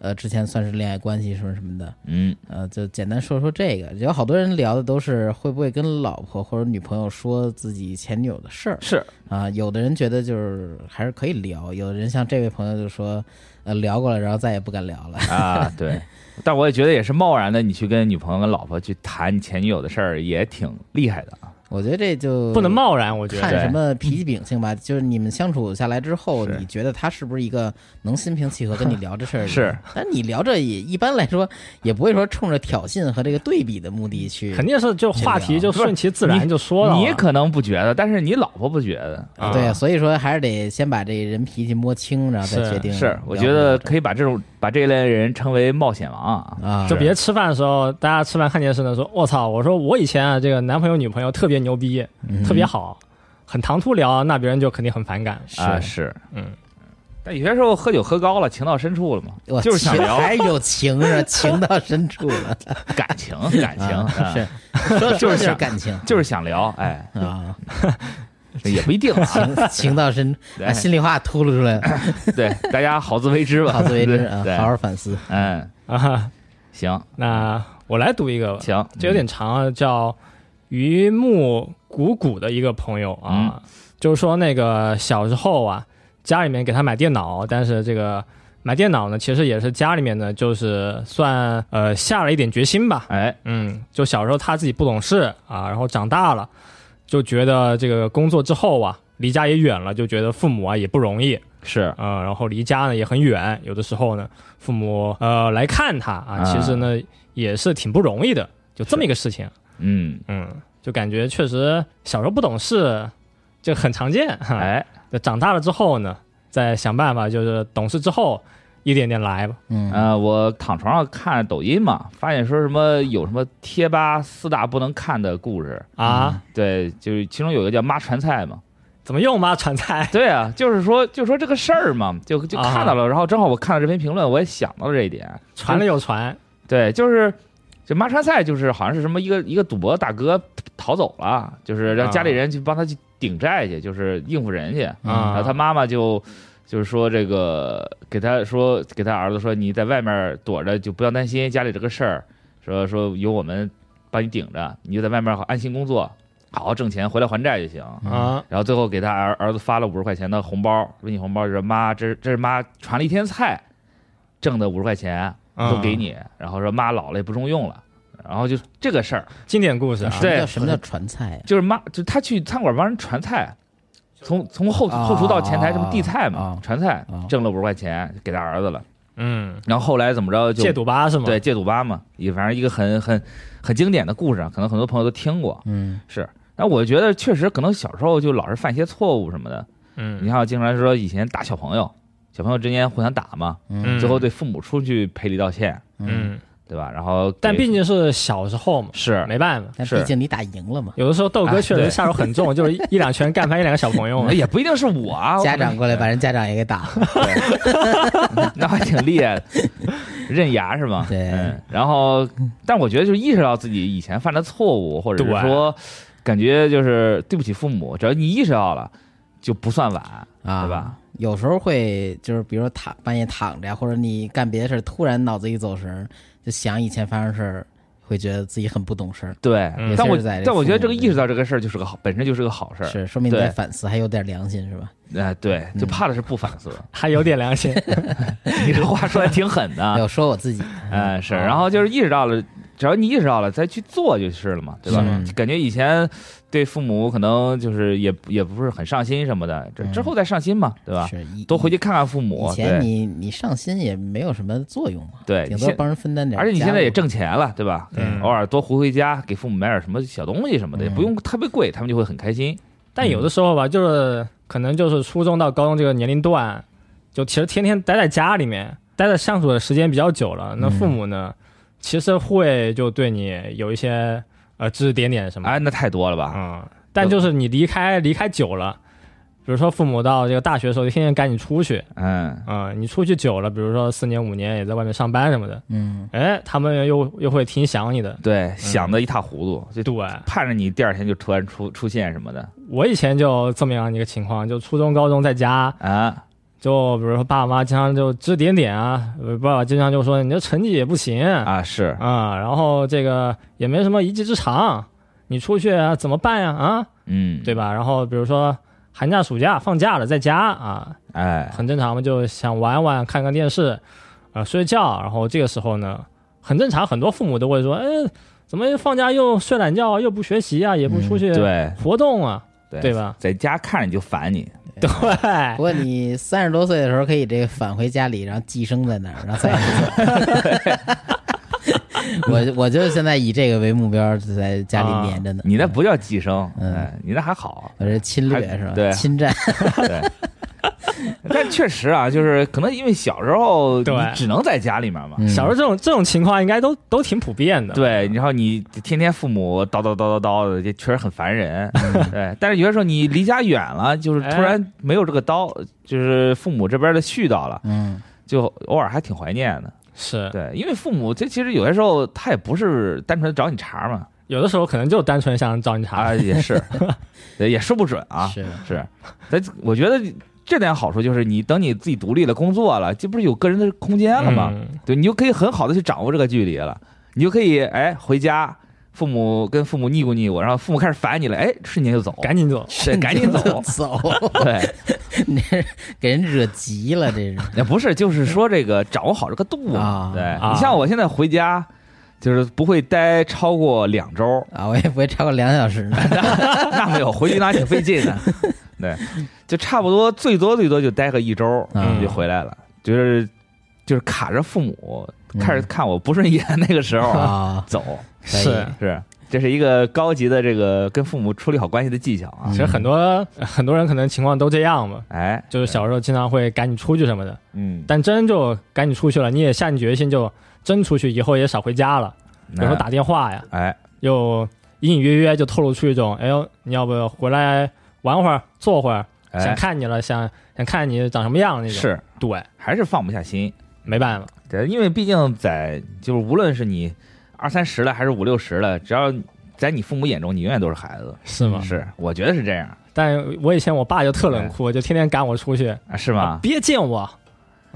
呃，之前算是恋爱关系什么什么的，
嗯
呃，就简单说说这个，有好多人聊的都是会不会跟老婆或者女朋友说自己前女友的事儿
是，
啊、有的人觉得就是还是可以聊，有的人像这位朋友就说，呃，聊过了，然后再也不敢聊了。
啊，对。但我也觉得也是贸然的，你去跟女朋友、跟老婆去谈你前女友的事儿，也挺厉害的啊。
我觉得这就
不能贸然，我觉
看
得。
什么脾气秉性吧，就是你们相处下来之后，
是
你觉得他是不是一个能心平气和跟你聊这事儿 的人？
是，
但你聊这也一般来说也不会说冲着挑衅和这个对比的目的去，
肯定是就话题就顺其自
不是
然就说了
啊
嘛，
你可能不觉得，但是你老婆不觉得。
啊
对，所以说还是得先把这人脾气摸清，然后再
是
决定聊不聊
是
这。，
我觉得可以把这种把这一类人称为冒险王啊。
啊，
就别吃饭的时候，大家吃饭看电视呢，说我操，我说我以前啊，这个男朋友女朋友特别牛逼，
嗯
特别好，很唐突聊，那别人就肯定很反感。
啊，是，
嗯。
但有些时候喝酒喝高了，情到深处了嘛，
我
就是想
情
聊
还有情是吧情到深处了，
感情，感 情，
啊
啊
是说说
就
的就是
是 想
感情
就是想聊，哎，
啊。
也不一定啊。
情情到深，
对
把心里话吐露出来了，
对，大家好自为之吧，
好自为之啊，
对，
好好反思。
嗯，
啊。
行
那我来读一个吧，
行，
这有点长啊，叫榆木谷谷的一个朋友啊，就是说那个小时候啊，家里面给他买电脑，但是这个买电脑呢，其实也是家里面呢，就是算呃下了一点决心吧，
哎，
嗯，就小时候他自己不懂事啊，然后长大了就觉得这个工作之后啊，离家也远了，就觉得父母啊也不容易，
是
啊、然后离家呢也很远，有的时候呢，父母呃来看他啊，
啊
其实呢、也是挺不容易的，就这么一个事情，
嗯，
嗯，就感觉确实小时候不懂事，就很常见，
啊
哈、
哎，
就长大了之后呢，再想办法，就是懂事之后一点点来吧，
嗯，
呃，我躺床上看抖音嘛，发现说什么有什么贴吧四大不能看的故事，
啊，
对，就是其中有一个叫妈传菜嘛，
怎么又妈传 菜？
对啊，就是说就说这个事儿嘛，就就看到了，然后正好我看到这篇评论，我也想到了这一点，
传了又传，
对，就是这妈川菜，就是好像是什么一个一个赌博大哥逃走了，就是让家里人去帮他去顶债去，就是应付人去。
嗯
啊
然后他妈妈就就是说这个给他说给他儿子说你在外面躲着就不要担心家里这个事儿，说说有我们帮你顶着，你就在外面好安心工作，好好挣钱回来还债就行。
啊
然后最后给他儿儿子发了五十块钱的红包，微信红包，说妈，这这是妈传了一天菜，挣的五十块钱，
嗯
都给你。然后说妈老了也不中用了，然后就这个事儿，
经典故事啊，
对
什么叫传菜呀？啊
就是妈就他去餐馆帮人传菜，从从后
啊
后厨到前台这么递菜嘛
啊，
传菜
啊
挣了五十块钱给他儿子了。
嗯，
然后后来怎么着就
戒赌吧是吗？
对，戒赌吧嘛，也反正一个很很很经典的故事啊，可能很多朋友都听过。
嗯，
是，但我觉得确实可能小时候就老是犯一些错误什么的。你
嗯，
看，经常说以前打小朋友，小朋友之间互相打嘛，
嗯
最后对父母出去赔礼道歉，
嗯，
对吧？然后给，
但毕竟是小时候嘛，
是
没办法。
但
是
毕竟你打赢了嘛，
有的时候豆哥确
哎对哎
实下手很 重，就是一一两拳干翻一两个小朋友嘛。
也不一定是我啊，我
家
可能
长过来把人家长也给打了，
那还挺厉害的，刃牙是吗？
对
嗯。然后，但我觉得就是意识到自己以前犯的错误，或者是
对
说，感觉就是对不起父母，只要你意识到了，就不算晚，
啊，
对吧？？
有时候会就是，比如说躺半夜躺着呀，或者你干别的事儿，突然脑子一走神儿，就想以前发生事儿，会觉得自己很不懂事儿，
对
嗯，
但我
也是在这
但我觉得这个
父母
意识到这个事儿就是个好，本身就是个好事儿。
是说明你在
对
反思，还有点良心是吧？
哎，对，就
嗯
怕的是不反思。
还有点良心。
你这话说的挺狠 的，
没有说我自己，
嗯，是，然后就是意识到了，只要你意识到了，再去做就是了嘛，对吧？
是
感觉以前对父母可能就是也也不是很上心什么的，这
嗯
之后再上心嘛，对吧？
是以
多回去看看父母
以，前
对
你你上心也没有什么作用嘛，
对，
顶
你
多
现
帮人分担点儿家
而
务，
且你现在也挣钱了，对吧？
嗯
偶尔多回回家，给父母买点什么小东西什么的，也
嗯
不用特别贵，他们就会很开心。
但有的时候吧，就是可能就是初中到高中这个年龄段，就其实天天待在家里面，待在相处的时间比较久了，
嗯
那父母呢，其实会就对你有一些呃指指点点什么。
哎，那太多了吧？
嗯，但就是你离开离开久了，比如说父母到这个大学的时候，就天天赶你出去，
嗯，
啊、你出去久了，比如说四年五年也在外面上班什么的，
嗯，
哎，他们又又会挺想你的。
对，想的一塌糊涂，就
对，啊
盼着你第二天就突然出出现什么的
我以前就这么样一个情况，就初中、高中在家，
啊，
就比如说爸爸妈妈经常就指指点点啊，呃爸爸经常就说你这成绩也不行啊、
啊是，
然后这个也没什么一技之长，你出去、啊、怎么办呀？啊，
嗯，
对？吧？然后比如说寒假、暑假放假了，在家啊，
哎，
很正常嘛，就想玩玩、看看电视，啊、睡觉。然后这个时候呢，很正常，很多父母都会说，哎，怎么放假又睡懒觉啊，又不学习啊，也不出去
嗯对
活动啊，
对
对吧？
在家看着你就烦你，
对，
不过你三十多岁的时候可以这个返回家里，然后寄生在那儿，然后再也 不走。我我就现在以这个为目标，就在家
啊
里粘着呢。
你那不叫寄生，
嗯。
哎，你那还好
我这侵略
还
是吧？
对
侵占。
对，但确实啊，就是可能因为小时候你
对
只能在家里面嘛，
嗯
小时候这种这种情况应该都都挺普遍的。
对，然后你天天父母叨叨叨叨叨的，这确实很烦人。
嗯
对，但是有的时候你离家远了，就是突然没有这个叨，就是父母这边的絮叨了，
嗯，
就偶尔还挺怀念的。
是，
对，因为父母这其实有些时候他也不是单纯找你茬嘛，
有的时候可能就单纯想找你茬。
啊，也 是，对也说不准啊。
是
是，但我觉得这点好处就是，你等你自己独立了、工作了，这不是有个人的空间了吗？
嗯
对你就可以很好的去掌握这个距离了，你就可以哎回家，父母跟父母腻咕腻咕，然后父母开始烦你了，哎，瞬间就走，
赶紧 走，
对，赶紧走。
走，
对，
你这给人惹急了，这是
那不是，就是说这个掌握好这个度嘛
啊
对、
啊
你像我现在回家，就是不会待超过两周，
啊，我也不会超过两小时 呢。
那没有，回去那还挺费劲的。对，就差不多最多最多就待个一周、
嗯
就回来了，就是就是卡着父母开始
嗯
看我不顺眼那个时候、
啊，
走，
可以
是。
是这是一个高级的这个跟父母处理好关系的技巧啊
其。实很多很多人可能情况都这样嘛，
哎，
就是小时候经常会赶紧出去什么的，
嗯，
但真就赶紧出去了，你也下定决心就真出去，以后也少回家了。有时候打电话呀，
哎，
又隐隐约约就透露出一种，哎呦，你要不回来玩会儿，坐会儿，
哎
想看你了，想想看你长什么样那种。，
是
对，
还是放不下心，
没办法，
对，因为毕竟在就是无论是你二三十了还是五六十了，只要在你父母眼中，你永远都是孩子。
是吗？
是，我觉得是这样
但我以前我爸就特冷酷，就天天赶我出去，
啊，哎是
啊
吗？
别见我。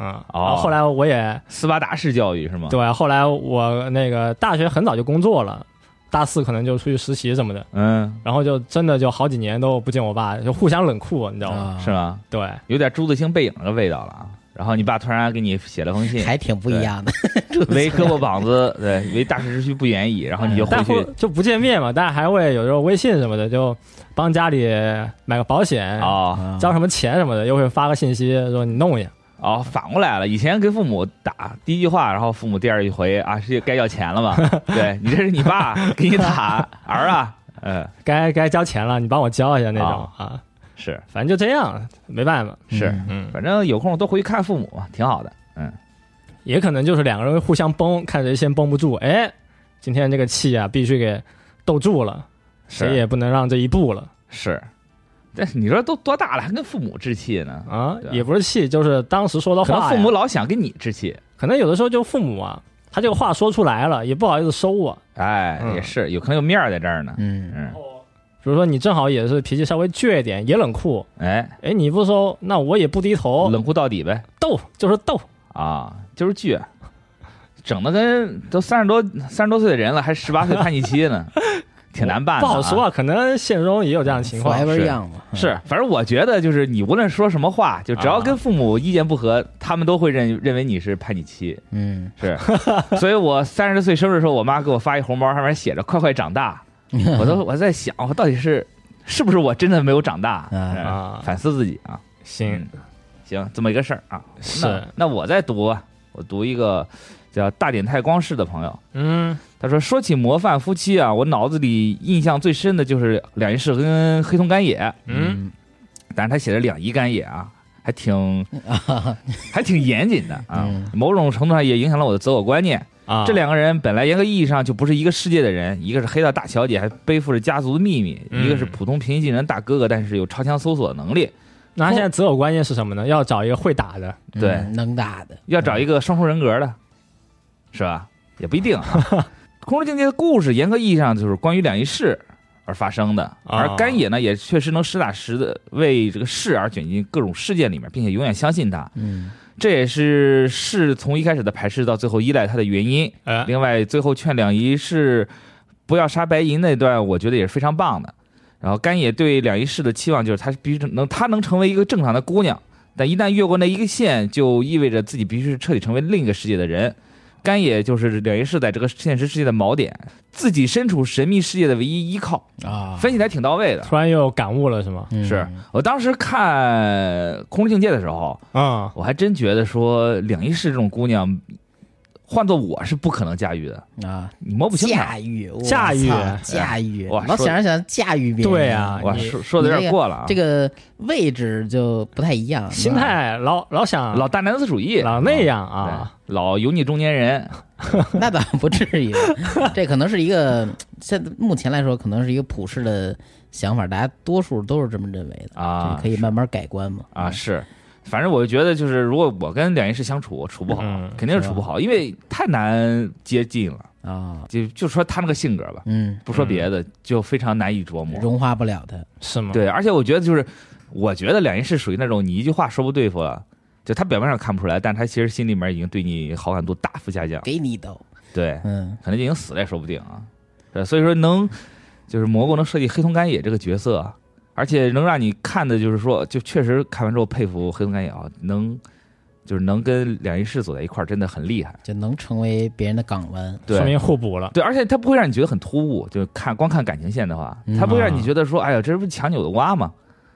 嗯，然后后来我也
斯巴达式教育是吗？
对，后来我那个大学很早就工作了，大四可能就出去实习什么的，
嗯，
然后就真的就好几年都不见我爸，就互相冷酷，你知道吗？
啊，
是吗？
对，
有点朱自清背影的味道了啊。然后你爸突然给你写了封信，
还挺不一样的。
为胳膊膀子， 对，为大势之躯不远矣。然后你就回
但会
去
就不见面嘛，但还会有时候微信什么的，就帮家里买个保险，
哦
啊
交什么钱什么的，又会发个信息说你弄一下。
哦，反过来了。以前跟父母打第一句话，然后父母第二句回啊，是该要钱 了吗？对你这是你爸给你打儿啊，嗯，
该该交钱了，你帮我交一下那种、
哦
啊，
是
反正就这样，没办法，
是，
嗯
嗯，
反正有空多回去看父母嘛，挺好的。嗯，
也可能就是两个人互相崩，看谁先绷不住，哎，今天这个气啊，必须给斗住了，谁也
是
不能让这一步了
是，但是你说都多大了，还跟父母置气呢？
啊
对，啊
也不是气，就是当时说的
可
话呀，
能父母老想跟你置气，
可能有的时候就父母啊，他这个话说出来了，也不好意思收啊。
哎，
嗯哦
也是，有可能有面儿在这儿呢。
嗯，
嗯，
比如说你正好也是脾气稍微倔一点，也冷酷，
哎，
哎，你不收，那我也不低头，
冷酷到底呗，
斗就是斗，
啊，就是倔，整的跟都三十多三十多岁的人了，还十八岁叛逆期 呢，挺难办
不
的、
好说。啊，可能现实中也有这样的情况。
forever
是
young 嘛，嗯
是，反正我觉得就是你无论说什么话，就只要
啊
跟父母意见不合，他们都会认认为你是叛逆期。
嗯，
是，所以我三十岁生日的时候，我妈给我发一红包，上面写着“快快长大”，我都我在想，我到底是是不是我真的没有长大？
啊
是
啊
反思自己啊。
行
嗯，行，这么一个事儿啊。
是
那，那我再读啊，我读一个叫大典太光世的朋友，
嗯
他说说起模范夫妻啊，我脑子里印象最深的就是两仪式跟黑松干也，
嗯，
但是他写的两仪干也啊，还挺还挺严谨的啊
嗯，
某种程度上也影响了我的择偶观念。
啊，
嗯这两个人本来严格意义上就不是一个世界的人，一个是黑道大小姐，还背负着家族的秘密；
嗯
一个是普通平易近人的大哥哥，但是有超强搜索的能力。
啊那他现在择偶观念是什么呢？要找一个会打
啊
的，
嗯
对
能打的，
要找一个双重人格的，是吧？也不一定、啊。空中境界的故事，严格意义上就是关于两仪式而发生的，而干野呢，也确实能实打实的为这个事而卷进各种事件里面，并且永远相信他。
嗯
这也是事从一开始的排斥到最后依赖他的原因。
呃，
另外，最后劝两仪式不要杀白银那段，我觉得也是非常棒的。然后干野对两仪式的期望就是她必须能，她能成为一个正常的姑娘，但一旦越过那一个线，就意味着自己必须是彻底成为另一个世界的人。干野就是两仪式在这个现实世界的锚点，自己身处神秘世界的唯一依靠。
啊，
分析的还挺到位的。
突然又感悟了是吗？
嗯
是我当时看《空之境界》的时候，
嗯
我还真觉得说两仪式这种姑娘，换做我是不可能驾驭的，
啊，
你摸不清她。
驾驭，我
驾驭
操驾驭，
哇
老
说
想着想着驾驭别人，
对啊
哇，
你
说说的有
你
点
这个
过了啊！
这个位置就不太一样，
心态老老想
老大男子主义，
老那样
对
啊，
老油腻中年人，
那倒不至 于，这可能是一个现在目前来说，可能是一个普世的想法，大家多数都是这么认为的
啊
这可以慢慢改观嘛
啊，是。反正我觉得就是，如果我跟两仪式相处，我处不好，
嗯
肯定是处不好，因为太难接近了。
啊，
就就说他那个性格吧，
嗯，
不说别的，就非常难以琢磨。
融化不了他。
是吗？
对，而且我觉得就是，我觉得两人是属于那种你一句话说不对付了，就他表面上看不出来，但他其实心里面已经对你好感度大幅下降。
给你一刀。
对，
嗯，
可能已经死了也说不定啊。对，所以说能就是蘑菇能设计黑瞳干野这个角色啊，而且能让你看的就是说，就确实看完之后佩服黑瞳干野啊，能就是能跟两一世走在一块儿，真的很厉害。
就能成为别人的港湾。
对
说，明互补了。
对，而且它不会让你觉得很突兀，就看光看感情线的话，它不会让你觉得说，哎呀，这不是强扭的瓜吗？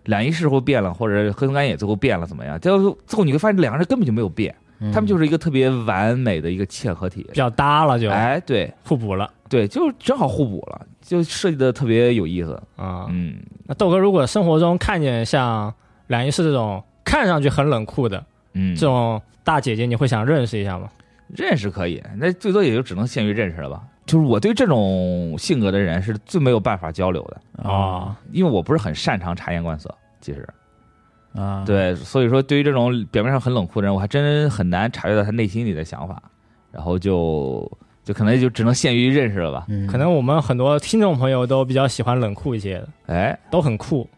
两一世后变了，或者黑松干也最后变了怎么样？最后最后你会发现两个人根本就没有变，
嗯
他们就是是一个特别完美的一个嵌合体
比。较搭了就
哎，对
互补了
对，就正好互补了，就设计的特别有意思。
啊。
嗯，
那豆哥如果生活中看见像冉一世这种看上去很冷酷的
嗯，
这种大姐姐，你会想认识一下吗？
认识可以，那最多也就只能限于认识了吧。就是我对这种性格的人是最没有办法交流的，
哦
啊
因为我不是很擅长察言观色。其实，
啊，
对，所以说对于这种表面上很冷酷的人，我还真很难察觉到他内心里的想法，然后就就可能就只能限于认识了吧。
嗯，
可能我们很多听众朋友都比较喜欢冷酷一些的，
哎，
都很酷。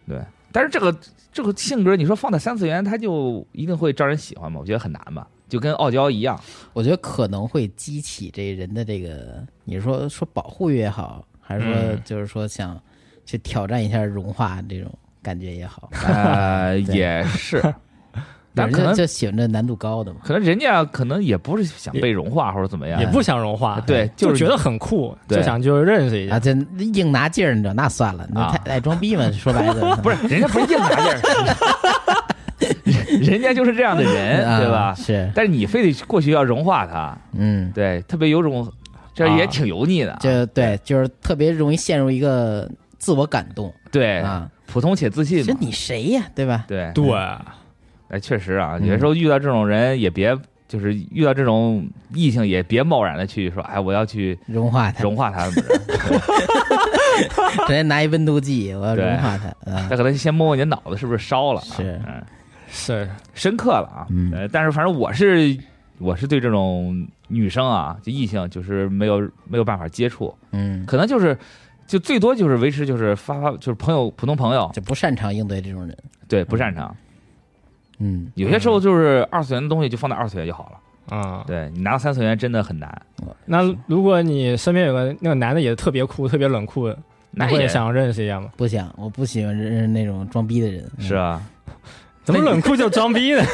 但是这个这个性格，你说放在三次元，他就一定会招人喜欢吗？我觉得很难吧，就跟傲娇一 样。
我觉得可能会激起这人的这个，你说说保护欲也好，还是说
嗯
就是说想去挑战一下融化这种感觉也 好，
呃，
对
也 是，
有
但
人
可
就
能
就喜欢这难度高的嘛。
可能人家可能也不是想被融化或者怎么样
也，不想融化，
哎对
就
就是
觉得很酷，
对哎
就想就认识一
啊，
下。
这硬拿劲儿，你知道那算了，那
啊
太爱装逼嘛，说白了
不是人家不是硬拿劲儿， 人家就是这样的人，
啊
对吧？
是，
但是你非得过去要融化他，
嗯，
对，特别有种，这也挺油腻的啊，
就对，就是特别容易陷入一个自我感动
对，
啊，
普通且自
其
信
实
哎嘛，
你谁呀，对吧？
对，
对，
哎，确实啊，
嗯
有些时候遇到这种人也别，就是遇到这种异性也别贸然的去说，哎，我要去
融化它，
融化 他们，对
直接拿一温度计，我要
对
融化它啊
他。可能先摸摸你的脑子是不是烧了啊，
是
嗯，
是
深刻了啊，
嗯
呃，但是反正我是我是对这种女生啊，就异性就是没有没有办法接触，
嗯，
可能就是。就最多就是维持，就是发发，就是朋友，普通朋友，
就不擅长应对这种人。
对，不擅长。
嗯，
有些时候就是二次元的东西就放在二次元就好了。
啊、
对你拿到三次元真的很难，
那如果你身边有个那个男的也特别酷、特别冷酷的，你
那
会
也
想认识一下吗？
不想，我不喜欢认识那种装逼的人。嗯
是啊，
怎么冷酷就装逼 呢？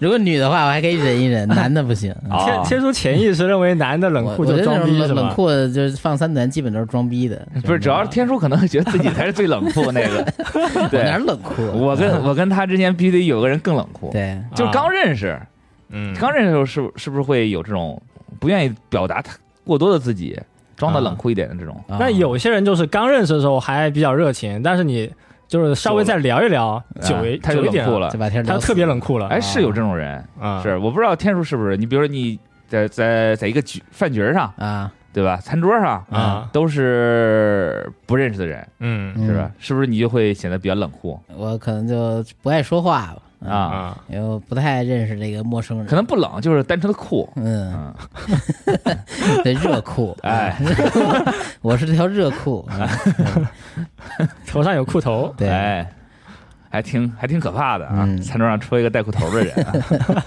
如果女的话，我还可以忍一 忍，男的不行。嗯
啊
天天叔潜意识认为男的冷酷
我我
就
觉得
装
那
逼
种
是
冷冷
吧？
酷的，就是放三男基本都是装逼的。
不是，主要是天叔可能觉得自己才是最冷酷那个。
我哪儿
对，
冷酷啊？
我跟我跟他之间必须得有个人更冷酷，
对，
啊
就是刚认识，
嗯，
刚认识的时候是是不是会有这种不愿意表达他过多的自己，装的冷酷一点的这种？
啊
那有些人就是刚认识的时候还比较热情，但是你就是稍微再聊一聊，久一
啊他就
久一
冷
点
酷，了
就。把天
他
聊
就
死
特别冷酷了。
哎，是有这种人，
啊，
是我不知道天叔是不是？你比如说你在在在一个局饭局上，
啊，
对吧？餐桌上
啊
都是不认识的人，
嗯
是
嗯
吧？？是不是你就会显得比较冷酷
我可能就不爱说话吧，嗯
啊？
啊，
因为我不太认识这个陌生人。
可能不冷，就是单纯的酷。
嗯，
嗯，
得热酷。
哎，
我是条热 裤。嗯
头上有裤头，
对，
哎，还挺还挺可怕的啊！
嗯
餐桌上出一个带裤头的人、 啊，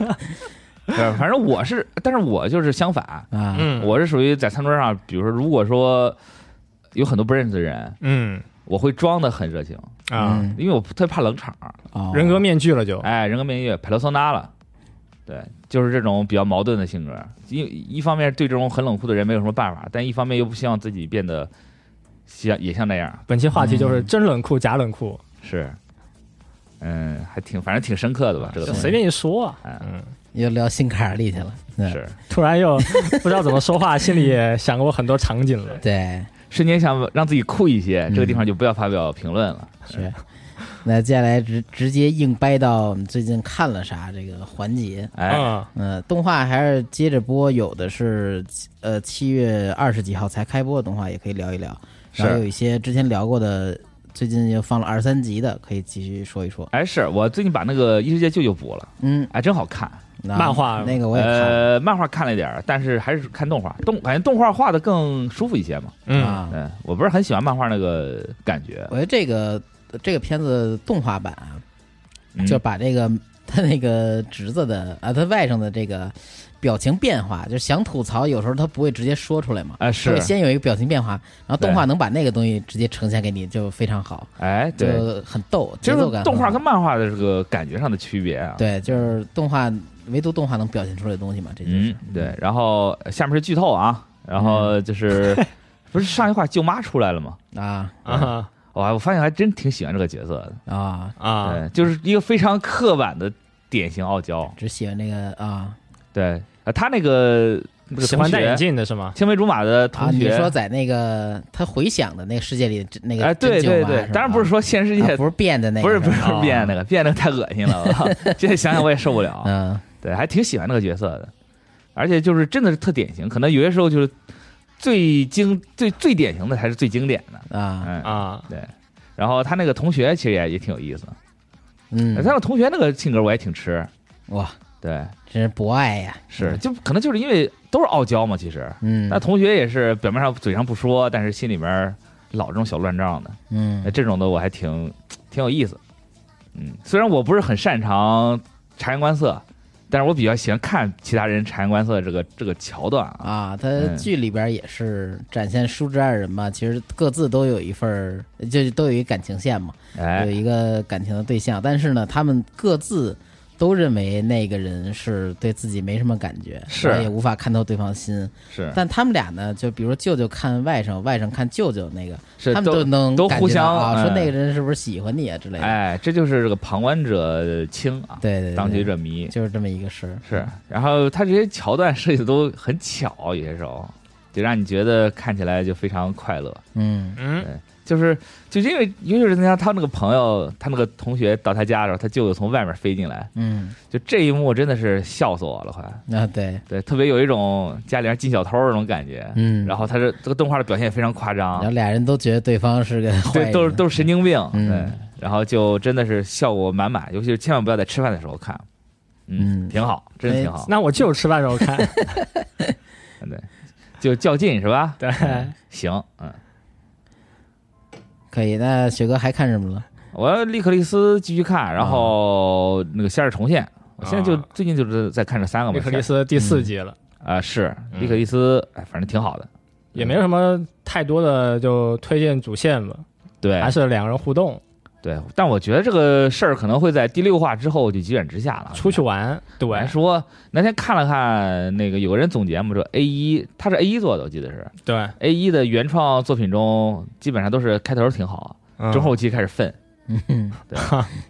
对，反正我是，但是我就是相反，
啊，
嗯，
我是属于在餐桌上，比如说，如果说有很多不认识的人，
嗯
我会装的很热情，
啊，
嗯
因为我特别怕冷场。
哦
人格面具了就
哎，人格面具佩洛桑达了，对，就是这种比较矛盾的性格。一一方面对这种很冷酷的人没有什么办法，但一方面又不希望自己变得像也像那样，
本期话题
嗯
就是真冷酷、假冷酷，
是，嗯，还挺，反正挺深刻的吧，这个
就
东
随
西。
便一说啊，
哎
嗯，
又聊心坎儿里去了。嗯
是，
突然又 不知道怎么说话，心里也想过很多场景了。
对，
瞬间想让自己酷一些，
嗯
这个地方就不要发表评论了。
是。那接下来直直接硬掰到我们最近看了啥这个环节。
哎，
嗯，
嗯，动画还是接着播，有的是呃七月二十几号才开播的动画，也可以聊一聊。然后有
是，
一些之前聊过的，最近又放了二三集的，可以继续说一说。
哎，是我最近把那个《异世界舅舅》补了，
嗯
哎，真好看。
那
漫画
那个我也看
呃，漫画看了一点儿，但是还是看动画，动感觉动画画的更舒服一些嘛。
了
嗯，
啊，
嗯，我不是很喜欢漫画那个感觉
我，觉得这个这个片子动画版啊
嗯
就把这个他那个侄子的啊，他外甥的这个表情变化，就是想吐槽，有时候他不会直接说出来嘛，
啊
他
是
会，先有一个表情变化，然后动画能把那个东西直接呈现给你，就非常好，
哎
就
对，
很逗，节
就
奏感
是
很
动
好。
画跟漫画的这个感觉上的区别啊。，
对，就是动画，唯独动画能表现出来的东西嘛，这就是嗯
嗯。对，然后呃下面是剧透啊，然后 就是 不是上一话舅妈出来了吗？
啊
啊
哇，我发现还真挺喜欢这个角色的，
啊，
啊，
对，就是一个非常刻板的典型傲娇，
只喜欢那个啊
对，啊，他那个那个
喜欢
同
戴眼
学，
镜的是吗？
青梅竹马的
啊，
同
你
学，
说在那个他回想的那个世界里，那个
哎，对
真
对
舅妈
对，当然不是
吧
说现实世
啊
界
不是变的那个，啊
不是不是
吧
不是变那个，变那个太恶心 了，我靠现在想想我也受不了。啊
嗯
对，还挺喜欢那个角色的，而且就是真的是特典型，可能有些时候就是最经最最典型的才是最经典的，
啊
嗯。
啊，
然后他那个同学其实也也挺有意思，
嗯
哎他，那个同学那个性格我也挺吃，
哇，
对，
真是博爱呀，
是就可能就是因为都是傲娇嘛，其实
嗯，
那同学也是表面上嘴上不说，但是心里面老这种小乱账的，那
嗯
这种的我还挺挺有意思。嗯，虽然我不是很擅长察言观色，但是我比较喜欢看其他人察言观色的这个这个桥段啊。
啊，他
嗯
剧里边也是展现叔侄二人嘛，其实各自都有一份儿，就都有一感情线嘛，有
哎，
一个感情的对象，但是呢，他们各自都认为那个人是对自己没什么感觉，
是哎
也无法看透对方心。
是
但他们俩呢，就比如说舅舅看外甥，外甥看舅舅那个，
是，
他们都能
都
感
互
觉到
相
啊，说那个
人。
人是不是喜欢你啊之类的。
哎，这就是这个旁观者清啊，
对对对，
当局者迷
就是这么一个事儿。
是。然后他这些桥段设计的都很巧，有些时候就让你觉得看起来就非常快乐。
嗯
嗯
就是就是因为，尤其是像他那个朋友，他那个同学到他家的时候，他舅舅从外面飞进来，
嗯，
就这一幕真的是笑死我了，快。
啊对，
对，特别有一种家里面进小偷那种感觉。
嗯，
然后他这这个动画的表现也非常夸张
然后，俩人都觉得对方是个坏
对，
人，
都是都是神经病。
嗯
对，然后就真的是效果满满，尤其是千万不要在吃饭的时候看。
嗯
挺好，真的挺好。
那我就吃饭时候 看，
对，就较劲是吧？
对，
嗯行，嗯，
可以。那雪哥还看什么了？
我要利克利斯继续看，然
啊
后那个《夏日重现》，我现在就
啊
最近就是在看这三个嘛。
利克利斯第四集了，
啊，是
嗯
利克利斯，哎，反正挺好的。嗯
也没有什么太多的就推荐主线吧，
对
还是两个人互动，
对，但我觉得这个事儿可能会在第六话之后就急转直下了。
出去玩，对，
来说，那天看了看那个有个人总结嘛，说 A 一，他是 A 一做的，我记得是
对，
A 一的原创作品中，基本上都是开头挺好，
嗯
中后期开始愤，
嗯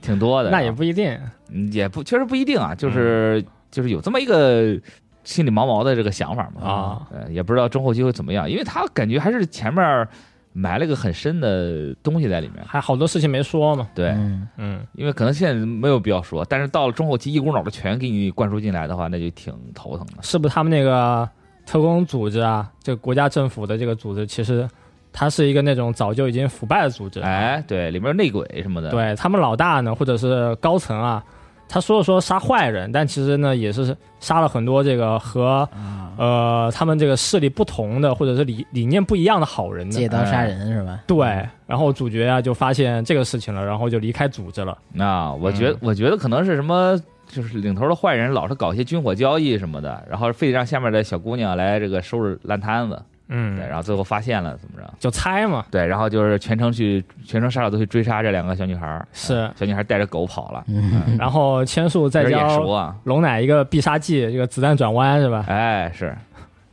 挺多的。啊
那也不嗯一定，
嗯也不，确实不一定啊，就是、就是有这么一个心里毛毛的这个想法嘛
啊
呃，也不知道中后期会怎么样，因为他感觉还是前面埋了个很深的东西在里面。
还好多事情没说嘛，
对，
嗯
嗯，
因为可能现在没有必要说，但是到了中后期一股脑的全给你灌输进来的话，那就挺头疼的。
是不是他们那个特工组织啊，这个国家政府的这个组织，其实它是一个那种早就已经腐败的组织，
哎，对，里面有内鬼什么的，，
对他们老大呢，或者是高层啊，他说是说杀坏人，但其实呢也是杀了很多这个和
啊，
呃他们这个势力不同的，或者是理理念不一样的好人
借
的。
刀杀人是吧？
对，然后主角啊就发现这个事情了，然后就离开组织了。
那我觉得、我觉得可能是什么，就是领头的坏人老是搞一些军火交易什么的，然后非得让下面的小姑娘来这个收拾烂摊子，
嗯
对，然后最后发现了怎么着？
就猜嘛，
对，然后就是全程去全程杀手都去追杀这两个小女孩儿，
是
嗯小女孩带着狗跑了，
嗯，哦
然后千树再
有点眼熟
教
啊，
龙奶一个必杀技，这个子弹转弯是吧？
哎，是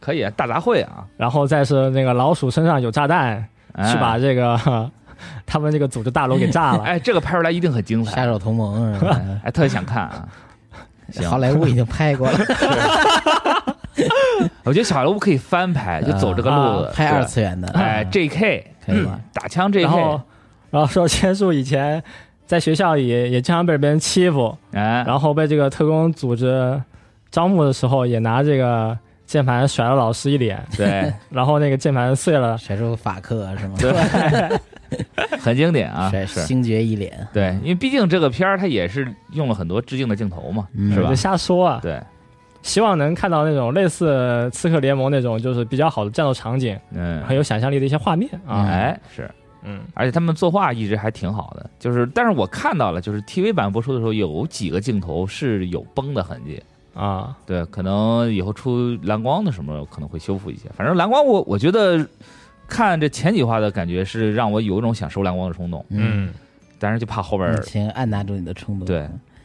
可以啊大杂烩啊，
然后再是那个老鼠身上有炸弹，
哎
去把这个 呵他们这个组织大楼给炸了。
哎这个拍出来一定很精
杀
彩，
手同盟是吧？
哎，特别想看啊。 行
好，莱坞已经拍过了，
我觉得小莱坞可以翻拍， 就走这个路子，
啊拍二
对。
次元的，
哎
啊
，J.K.
可以吧？
打枪
然后
J.K.，
然后说千树以前在学校里也经常被别人欺负，
嗯
哎，
然后被这个特工组织招募的时候也拿这个键盘甩了老师一脸，
对，
然后那个键盘碎了，
甩出法克是吗？
对很经典啊，
是
是。
星爵一脸，
对，因为毕竟这个片儿它也是用了很多致敬的镜头嘛，
嗯
是吧
就？瞎说啊。
对，
希望能看到那种类似《刺客联盟》那种，就是比较好的战斗场景，
嗯，
很有想象力的一些画面啊。
哎，是，
嗯，
而且他们作画一直还挺好的，就是，但是我看到了，就是 TV 版播出的时候有几个镜头是有崩的痕迹，
啊，
对，可能以后出蓝光的什么可能会修复一些，反正蓝光我我觉得看这前几话的感觉是让我有一种想收蓝光的冲动，
嗯，
但是就怕后边
嗯
儿
请按捺住你的冲动。
对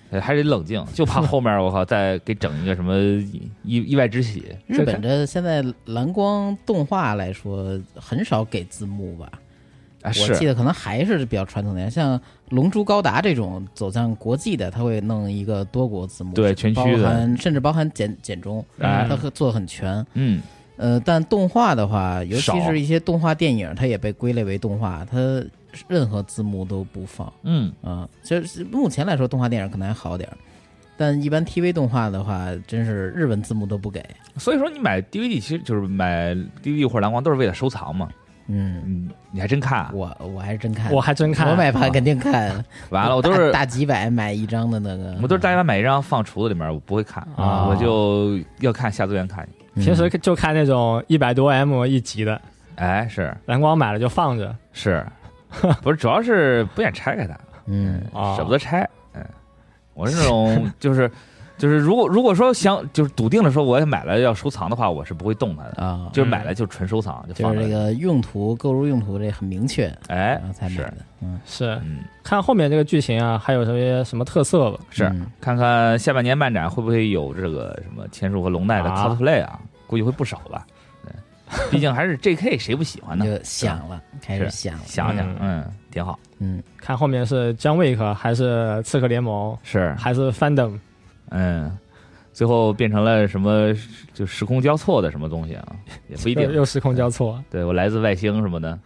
呃
嗯
还得冷静，就怕后面儿我靠再给整一个什么意意外之喜，
日本这现在蓝光动画来说，很少给字幕吧？
啊
我记
是
得可能还是比较传统的，像《龙珠高达》这种走向国际的，它会弄一个多国字幕，
对全
包
区的，
含甚至包含简简中，
哎
它会做的很全。
嗯
呃，但动画的话，尤其
少
是一些动画电影，它也被归类为动画，它任何字幕都不放
嗯
啊。就是目前来说，动画电影可能还好点儿，但一般 TV 动画的话，真是日文字幕都不给。
所以说你买 DVD 其实就是买 DVD 或者蓝光都是为了收藏嘛，
嗯，
嗯，你还真看啊？
我我还是真看，
我还真看
我买
啊
盘肯定看。
完了，我都是
大大几百买一张的那个，
我都是大家买一张放橱子里面，我不会看
啊
我就要看下资源看去。
嗯
平时就看那种一百多 M 一集的，
哎，是
蓝光买了就放着
是， 不是主要是不愿拆开它，
嗯
啊，
舍不得拆。嗯，我是那 种就是就是，如果如果说想就是笃定的说我也买了要收藏的话，我是不会动它的，
啊，
就是买了就纯收藏，就
就
放
是
着
这。个用途购入用途这很明确，
哎
然后，才买
是，
的，嗯
是
嗯，
看后面这个剧情啊，还有什么什么特色吧？
是
嗯
看看下半年漫展会不会有这个什么千树和龙奈的
啊
cosplay 啊？估计会不少吧。对，毕竟还是 JK，谁不喜欢呢
你？就想了，开始想了，
想想
嗯，
嗯，挺好。
嗯
看后面是 John Wick 还是刺客联盟，
是，
还是 Fandom
嗯，最后变成了什么就时空交错的什么东西啊？也不一
又又
定。
时空交错，
对我来自外星什么的，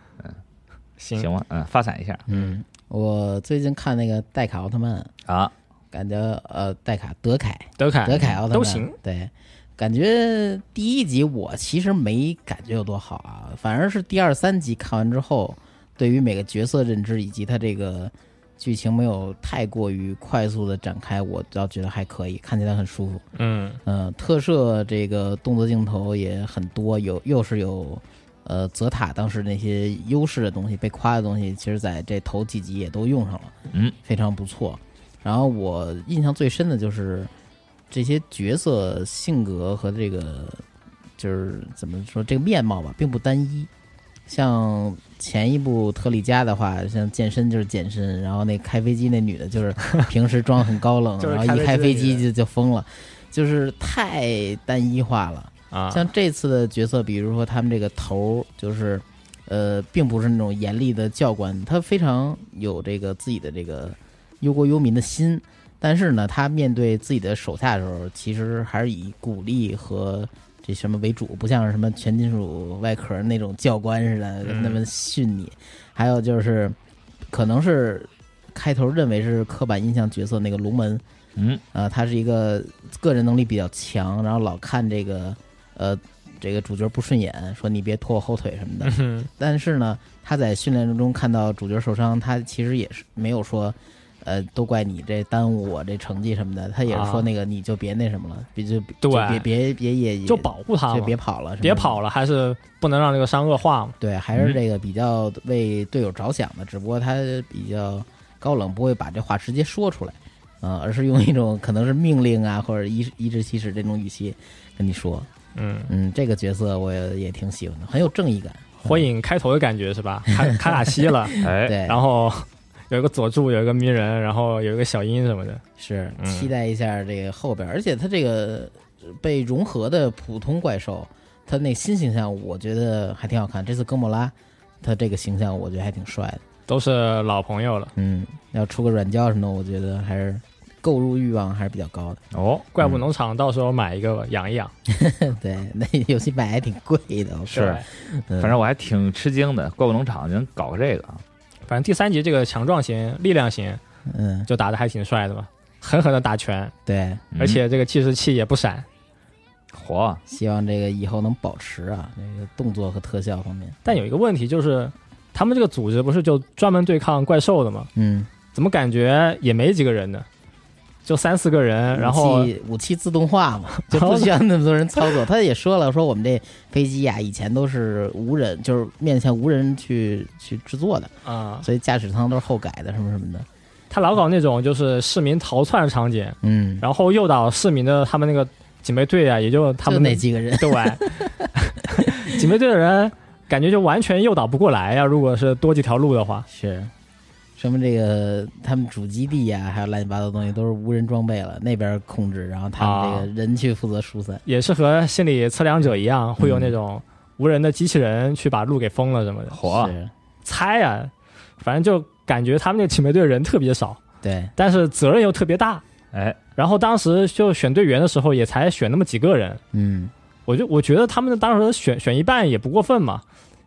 行
行吧，嗯，发散一下
嗯，我最近看那个戴卡奥特曼，
啊，
感觉呃戴卡德凯
德凯
德凯奥特曼
都行，
对。感觉第一集我其实没感觉有多好啊，反而是第二三集看完之后，对于每个角色认知以及它这个剧情没有太过于快速的展开，我倒觉得还可以，看起来很舒服。
嗯
嗯，特摄这个动作镜头也很多，有又是有，呃，泽塔当时那些优势的东西，被夸的东西，其实在这头几集也都用上了，
嗯，
非常不错。然后我印象最深的就是这些角色性格和这个就是怎么说这个面貌吧，并不单一。像前一部特里迦的话，像健身就是健身，然后那开飞机那女的，就是平时装很高冷，
就是
然后一开
开
飞
飞机
机
那女
就就疯了，就是太单一化了。
啊，
像这次的角色，比如说他们这个头儿，就是呃，并不是那种严厉的教官，他非常有这个自己的这个忧国忧民的心。但是呢，他面对自己的手下的时候，其实还是以鼓励和这什么为主，不像是什么全金属外壳那种教官似的
嗯
那么训你。还有就是，可能是开头认为是刻板印象角色那个龙门，
嗯，
呃，他是一个个人能力比较强，然后老看这个呃这个主角不顺眼，说你别拖我后腿什么的。
嗯
但是呢，他在训练中看到主角受伤，他其实也是没有说。呃，都怪你这耽误我这成绩什么的，他也是说
啊
那个你就别那什么了，别就就
对
别别别也
就保护他
就
嘛
别，跑了，
别跑
了。
了，还是不能让这个伤恶化嘛。
对，还是
嗯
这个比较为队友着想的，只不过他比较高冷，不会把这话直接说出来，嗯、而是用一种可能是命令啊，或者颐颐指气使这种语气跟你说。
嗯，
嗯，这个角色我也也挺喜欢的，很有正义感。嗯
火影开头的感觉 是吧？卡卡卡西了，
哎，
对，
然后有一个佐助，有一个鸣人，然后有一个小樱什么的。
是
嗯
期待一下这个后边，而且他这个被融合的普通怪兽，他那新形象我觉得还挺好看。这次哥莫拉，他这个形象我觉得还挺帅的。
都是老朋友了，
嗯，要出个软胶什么的，我觉得还是购入欲望还是比较 高的。
哦，
怪物农场到时候买一个吧养一养。
对，那游戏版还挺贵的，我
是
对
嗯
反正我还挺吃惊的，怪物农场能搞个这个啊，
反正第三集这个强壮型、力量型
嗯，
就打的还挺帅的嘛，狠狠的打拳，
对，
嗯
而且这个计时器也不闪。
火，
希望这个以后能保持啊，那个动作和特效方面，
但有一个问题就是，他们这个组织不是就专门对抗怪兽的吗？
嗯，
怎么感觉也没几个人呢？就三四个
嗯
人，呃然后
武器武器自动化 嘛，就不需要那么多人操作。他也说了，说我们这飞机啊呀、以前都是无人，就是面向无人去去制作的，
啊、
所以驾驶舱都是后改的，什么什么的。
他老搞那种就是市民逃窜的场景，
嗯，
然后诱导市民的他们那个警备队啊，也就他们
就那几个人，
对， 警备队的人感觉就完全诱导不过来呀、啊如果是多几条路的话，
是，什么这个他们主基地呀、还有乱七八糟的东西都是无人装备了，那边控制，然后他们这个人去负责疏散。
也是和心理测量者一样，会
嗯
有那种无人的机器人去把路给封了什么的。
火
是，
猜啊，反正就感觉他们那个警备队人特别少，
对，
但是责任又特别大。
哎，
然后当时就选队员的时候，也才选那么几个人，
嗯，
我就我觉得他们当时选选一半也不过分嘛，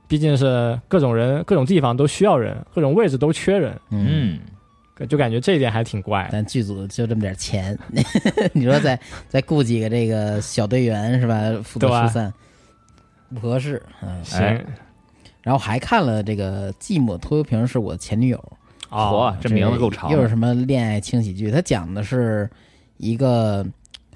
毕竟是各种人、各种地方都需要人，各种位置都缺人，
嗯
嗯，
就感觉这一点还挺怪的。
但剧组就这么点钱， 你说再再雇几个这个小队员是吧？负责
对吧
疏散不合适，嗯。
行
哎
然后还看了这个《寂寞拖油瓶》，是我前女友，
啊，
火，这名字够长
哦又是
的，
什么恋爱轻喜剧？它讲的是一个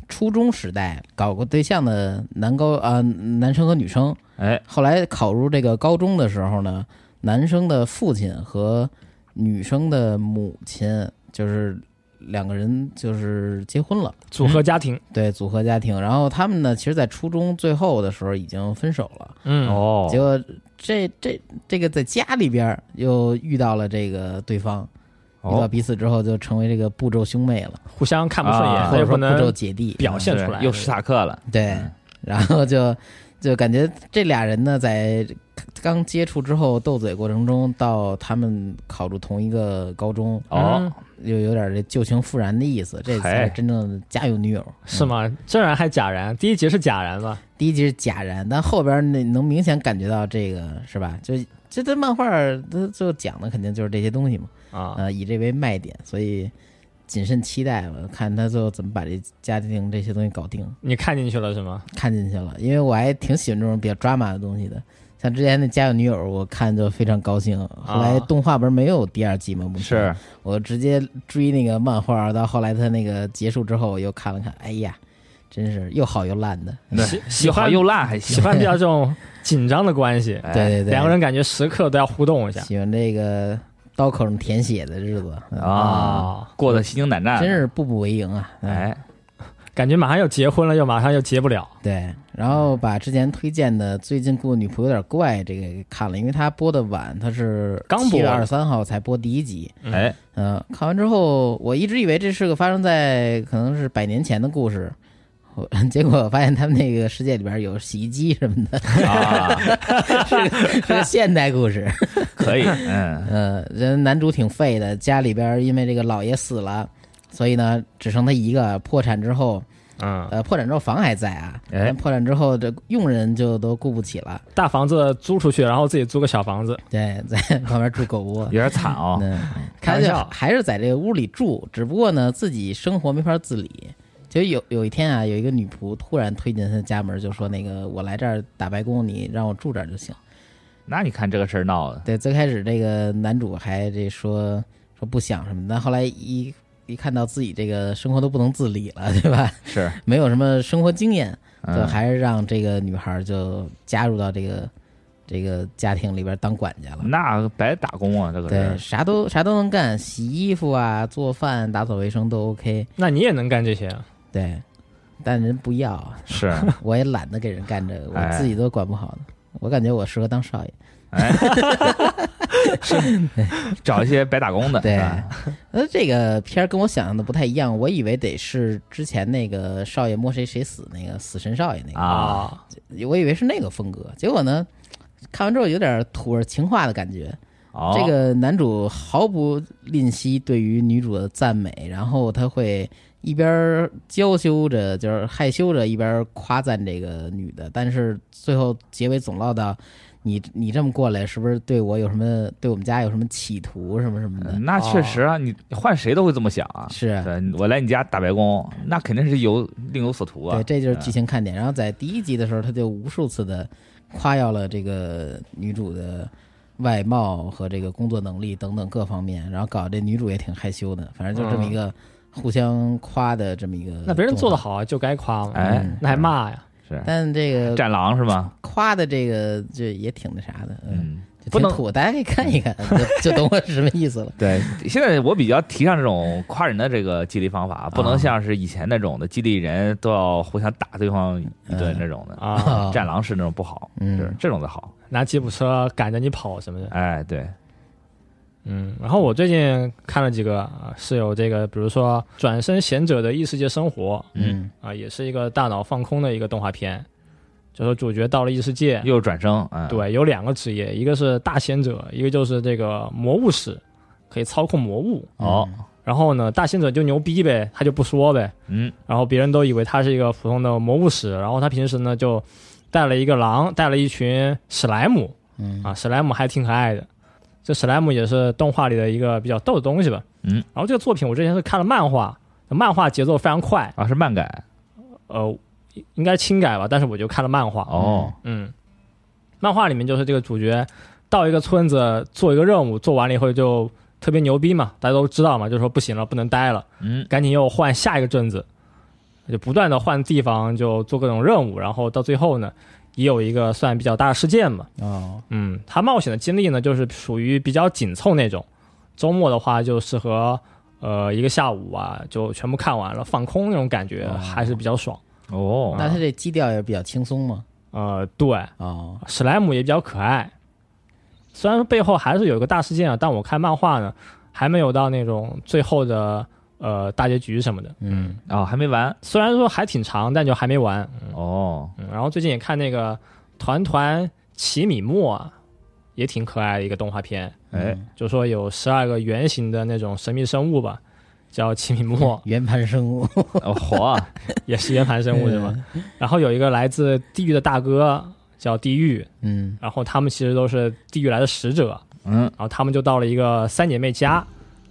初中时代搞过对象的男高啊、男生和女生，
哎，
后来考入这个高中的时候呢，男生的父亲和女生的母亲就是两个人就是结婚了。
组合家庭，
对，组合家庭。然后他们呢，其实，在初中最后的时候已经分手了。
嗯
哦
结，果这这这个在家里边儿又遇到了这个对方，遇到
哦，
彼此之后就成为这个步骤兄妹了，
互相看不顺眼，
啊
他
或
也
者
不
说步骤
能
姐弟。
表哦现
是
出来，
又史塔克了，
对
嗯，
然后就就感觉这俩人呢，在刚接触之后斗嘴过程中，到他们考入同一个高中，
哦，
嗯
又有点这旧情复燃的意思，这才
嗨
是真正的家有女友。
是吗？真然还假然，第一集是假然吧？
第一集是假人，但后边那能明显感觉到这个是吧？就这这漫画儿它就讲的肯定就是这些东西嘛，
啊，
呃，以这为卖点，所以谨慎期待吧，看他最后怎么把这家庭这些东西搞定，
你看进去了是吗？
看进去了，因为我还挺喜欢这种比较抓马的东西的。像之前那《家有女友》，我看就非常高兴。
啊
后来动画不是没有第二季吗？目前
是，
我直接追那个漫画，到后来它那个结束之后，我又看了看，哎呀，真是又好又烂的。
喜喜
又好
欢
又辣还
喜
行，
欢比较这种紧张的关系，
哎
对对对，
两个人感觉时刻都要互动一下
喜欢这个刀口上舔血的日子嗯
啊，过得心惊胆战，
真是步步为营啊！嗯，
哎，
感觉马上要结婚了，又马上又结不了。
对，然后把之前推荐的《最近雇的女仆有点怪》这个给看了，因为它播的晚，它是
刚播
七月二十三号才播第一集。
嗯
哎，
嗯、看完之后，我一直以为这是个发生在可能是百年前的故事。 我结果发现他们那个世界里边有洗衣机什 么的，
啊，
是个是个现代故事。
可以，嗯，
呃，人男主挺废的，家里边儿因为这个姥爷死了，所以呢只剩他一个。破产之后，
嗯，
呃，破产之后房还在啊，
哎
但破产之后这佣人就都雇不起了，
大房子租出去，然后自己租个小房子，
对，在旁边住狗窝
有。点惨哦，
嗯，他
开玩
就
笑
还是在这个屋里住，只不过呢自己生活没法自理。就有有一天啊，有一个女仆突然推进他家门，就说：“那个我来这儿打白工，你让我住这儿就行。”
那你看这个事儿闹的，
对，最开始这个男主还这说说不想什么，但后来一一看到自己这个生活都不能自理了，对吧？
是，
没有什么生活经验，就
嗯，
还是让这个女孩就加入到这个这个家庭里边当管家了。
那白打工啊，这个
对，
人，
啥都啥都能干，洗衣服啊、做饭、打扫卫生都 OK。
那你也能干这些？
对，但人不要，
是，
我也懒得给人干这个，
哎
我自己都管不好的。我感觉我适合当少 爷。
哎，是，找一些白打工 的，
对
啊
呃，这个片儿跟我想象的不太一样，我以为得是之前那个少爷摸谁谁死那个死神少爷那个，
啊，
啊，
我以为是那个风格，结果呢，看完之后有点土味情话的感觉。
哦
这个男主毫不吝惜对于女主的赞美，然后他会一边娇羞着，就是害羞着，一边夸赞这个女的，但是最后结尾总落到。你你这么过来，是不是对我有什么对我们家有什么企图什么什么的？
那确实啊，你换谁都会这么想啊。
是啊
对，我来你家打白工，那肯定是有另有所图
对，。
啊
这就是剧情看点。然后在第一集的时候，他就无数次的夸耀了这个女主的外貌和这个工作能力等等各方面，然后搞这女主也挺害羞的，反正就这么一个互相夸的这么一个。
那别人做的，好啊，就该夸嘛，
哎
嗯，
那还骂呀？
是
但嗯这个
战狼是吗？
夸的这个就也挺那啥的，嗯，
嗯，
就
不
挺
能
土，大家可以看一看， 就就懂我什么意思了。
对，现在我比较提倡这种夸人的这个激励方法，不
啊
能像是以前那种的激励人都要互相打对方一顿
嗯
那种的。
啊，
啊
战狼式那种不好，
嗯
是这种的好。
拿吉普车赶着你跑什么的。
哎，对，
嗯，然后我最近看了几个，啊是有这个，比如说《转身贤者的异世界生活》
嗯
啊，也是一个大脑放空的一个动画片，就说主角到了异世
哎
界，
又是转生，嗯，，
对，有两个职业，一个是大贤者，一个就是这个魔物师，可以操控魔物。
哦，
然后呢，大贤者就牛逼呗，他就不说呗，
嗯，
然后别人都以为他是一个普通的魔物师，然后他平时呢就带了一个狼，带了一群史莱姆
嗯
啊，史莱姆还挺可爱的。这史莱姆也是动画里的一个比较逗的东西吧。
嗯，
然后这个作品我之前是看了漫画，漫画节奏非常快，
啊，是漫改，
呃，应该轻改吧，但是我就看了漫画。
哦，
嗯，漫画里面就是这个主角到一个村子做一个任务，做完了以后就特别牛逼嘛，大家都知道嘛，就说不行了，不能待了，
嗯，
赶紧又换下一个镇子，就不断的换地方，就做各种任务，然后到最后呢，也有一个算比较大的事件嘛，
哦，
嗯，他冒险的经历呢，就是属于比较紧凑那种，周末的话就适合呃一个下午啊，就全部看完了，放空那种感觉
哦
还是比较爽，
嗯
哦，
那他这基调也比较轻松嘛？
呃，对，
哦，
史莱姆也比较可爱。虽然说背后还是有一个大事件啊，但我看漫画呢，还没有到那种最后的呃大结局什么的。
嗯，
哦，还没完，
虽然说还挺长，但就还没完。
哦，
嗯，然后最近也看那个团团奇米莫啊，也挺可爱的一个动画片，
哎，
就说有十二个圆形的那种神秘生物吧，叫奇米莫
圆盘生物，
哦火啊，
也是圆盘生物是吧？然后有一个来自地狱的大哥叫地狱，
嗯
然后他们其实都是地狱来的使者。
嗯，
然后他们就到了一个三姐妹家，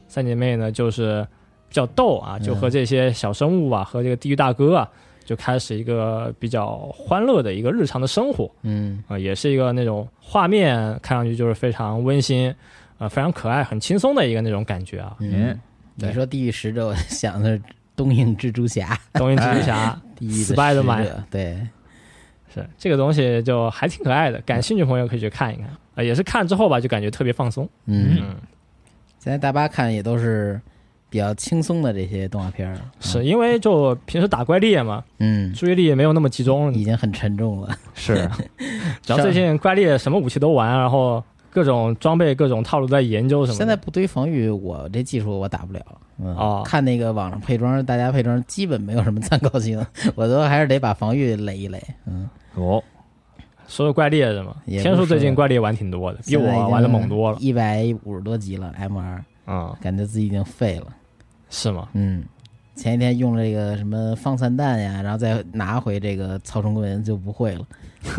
三姐妹呢就是比较逗啊，
嗯
就和这些小生物啊，和这个地狱大哥啊，就开始一个比较欢乐的一个日常的生活
嗯
啊、也是一个那种画面看上去就是非常温馨啊、呃非常可爱、很轻松的一个那种感觉啊。
嗯
您，
你说地狱使者，我想的是东映蜘蛛侠，
东映蜘蛛侠
哎地狱的使
Spider-Man
者，对，
是这个东西就还挺可爱的，感兴趣的朋友可以去看一看啊、呃也是看之后吧，就感觉特别放松。
嗯，
嗯，
现在大巴看也都是比较轻松的这些动画片儿，
是因为就平时打怪猎嘛，
嗯，
注意力也没有那么集中，
已经很沉重了，
是，
只要最近怪猎什么武器都玩，然后各种装备、各种套路在研究什么的。
现在不堆防御，我这技术我打不了。嗯
哦
看那个网上配装，大家配装基本没有什么参考性， 我都还是得把防御垒一垒。嗯，
哦，
说说怪猎是吗？
也不
天数最
是
近怪猎玩挺多的，比我玩的猛多了。
一百五十多级了，MR，
嗯，
感觉自己已经废了。
是吗？
嗯，前一天用了这个什么放散弹呀，然后再拿回这个操虫棍就不 会了。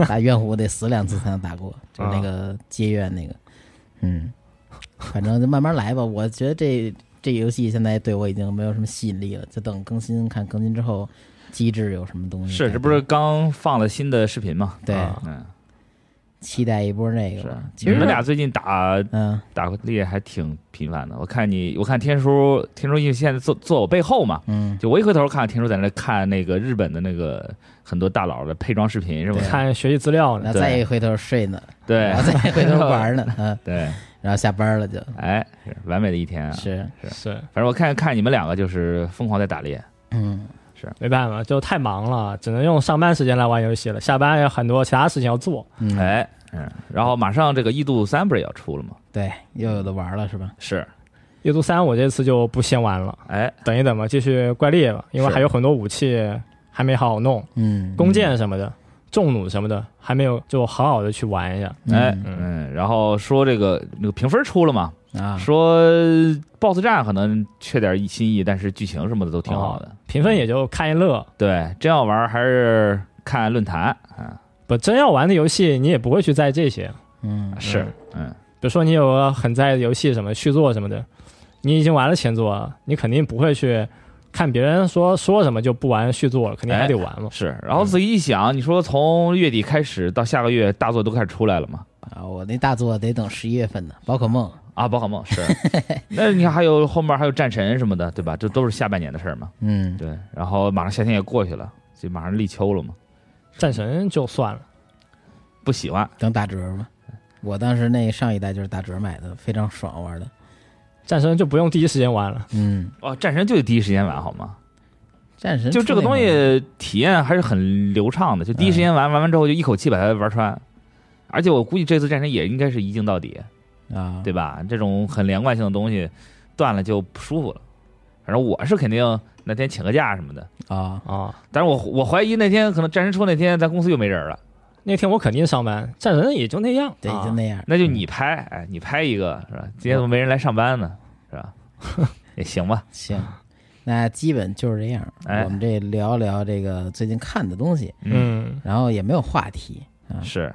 打怨虎得死两次才能打过，就是
啊
那个接怨那个。嗯，反正就慢慢来吧。我觉得这这游戏现在对我已经没有什么吸引力了，就等更新看更新之后机制有什么东西。
是，这不是刚放了新的视频吗？
嗯对
啊嗯，
期待一波那个
是啊
吧？，其
你
实
们俩最近打
嗯
打猎还挺频繁的，我看你，我看天叔，天叔因为现在坐坐我背后嘛，
嗯，
就我一回头看天叔在那看那个日本的那个很多大佬的配装视频
啊
是吧？
看学习资料
然
呢。
后再
对
一回头睡呢，
对
然后再一回头玩呢，嗯，
对，
然后下班了就
哎，是完美的一天啊！
是
是
反正我看看你们两个就是疯狂在打猎，
嗯
没办法，就太忙了，只能用上班时间来玩游戏了。下班有很多其他事情要做。
嗯，
哎，嗯，然后马上这个《异度三》不是也要出了吗？
对，又有的玩了是吧？
是，
夜读三我这次就不先玩了，
哎，
等一等吧，继续怪猎吧，因为
是
还有很多武器还没好好弄，
嗯，
弓箭什么的、重弩什么的还没有就好好的去玩一下。
哎，
嗯
嗯，然后说这个那个评分出了嘛，
啊，
说 BOSS 战可能缺点新意，但是剧情什么的都挺好
哦
的。
评分也就看一乐，
对，真要玩儿还是看论坛啊，
不真要玩的游戏，你也不会去在意这些。
嗯
是，嗯，
比如说你有个很在意的游戏什么续作什么的，你已经玩了前作，你肯定不会去看别人说说什么就不玩续作了，肯定还得
哎
玩嘛。
是。然后仔细一想，你说从月底开始到下个月，大作都开始出来了嘛？
啊，我那大作得等十一月份呢，《宝可梦》
啊，宝可梦是。 那你看还有后面还有战神什么的，对吧？这都是下半年的事儿嘛。
嗯，
对，然后马上夏天也过去了，就马上立秋了嘛。
战神就算了，
不喜欢，
等打折嘛。我当时那上一代就是打折买的，非常爽玩的。
战神就不用第一时间玩了。
嗯，
哦，战神就得第一时间玩好吗？
战神
就这个
出那
东
会儿
西体验还是很流畅的，就第一时间玩，玩完之后就一口气把它玩穿。而且我估计这次战神也应该是一镜到底，
啊，
对吧？这种很连贯性的东西断了就不舒服了。反正我是肯定那天请个假什么的，
啊，
啊，
但是我我怀疑那天可能战神出那天咱公司又没人了，
那天我肯定上班，战神也就那样，
对，
啊
就那样。
那就你拍，哎，你拍一个是吧？今天怎么没人来上班呢？是吧？ 也行吧，
行， 那基本就是这样。
哎
我们这聊聊这个最近看的东西，
嗯，
然后也没有话题
是。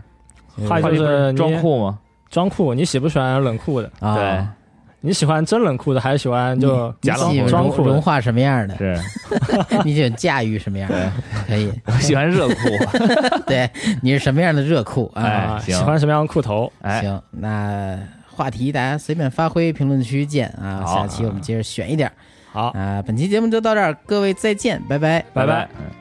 话嗯就
话题不
是你
装酷吗？
装酷，你喜不喜欢冷酷的？
啊。
对
你喜欢真冷酷的，还是喜欢就
你
假
喜欢
冷酷
装
融
酷
融
的？
化什么样的？
是
你喜欢驾驭什么样的？可以，
我喜欢热酷，
对，你是什么样的热酷啊？
哎
啊，
行
喜欢什么样的裤头？
哎，
行，那话题大家随便发挥，评论区见啊。
好
下期我们接着选一点儿
好，
啊。本期节目就到这儿，各位再见，拜拜。
拜拜。
嗯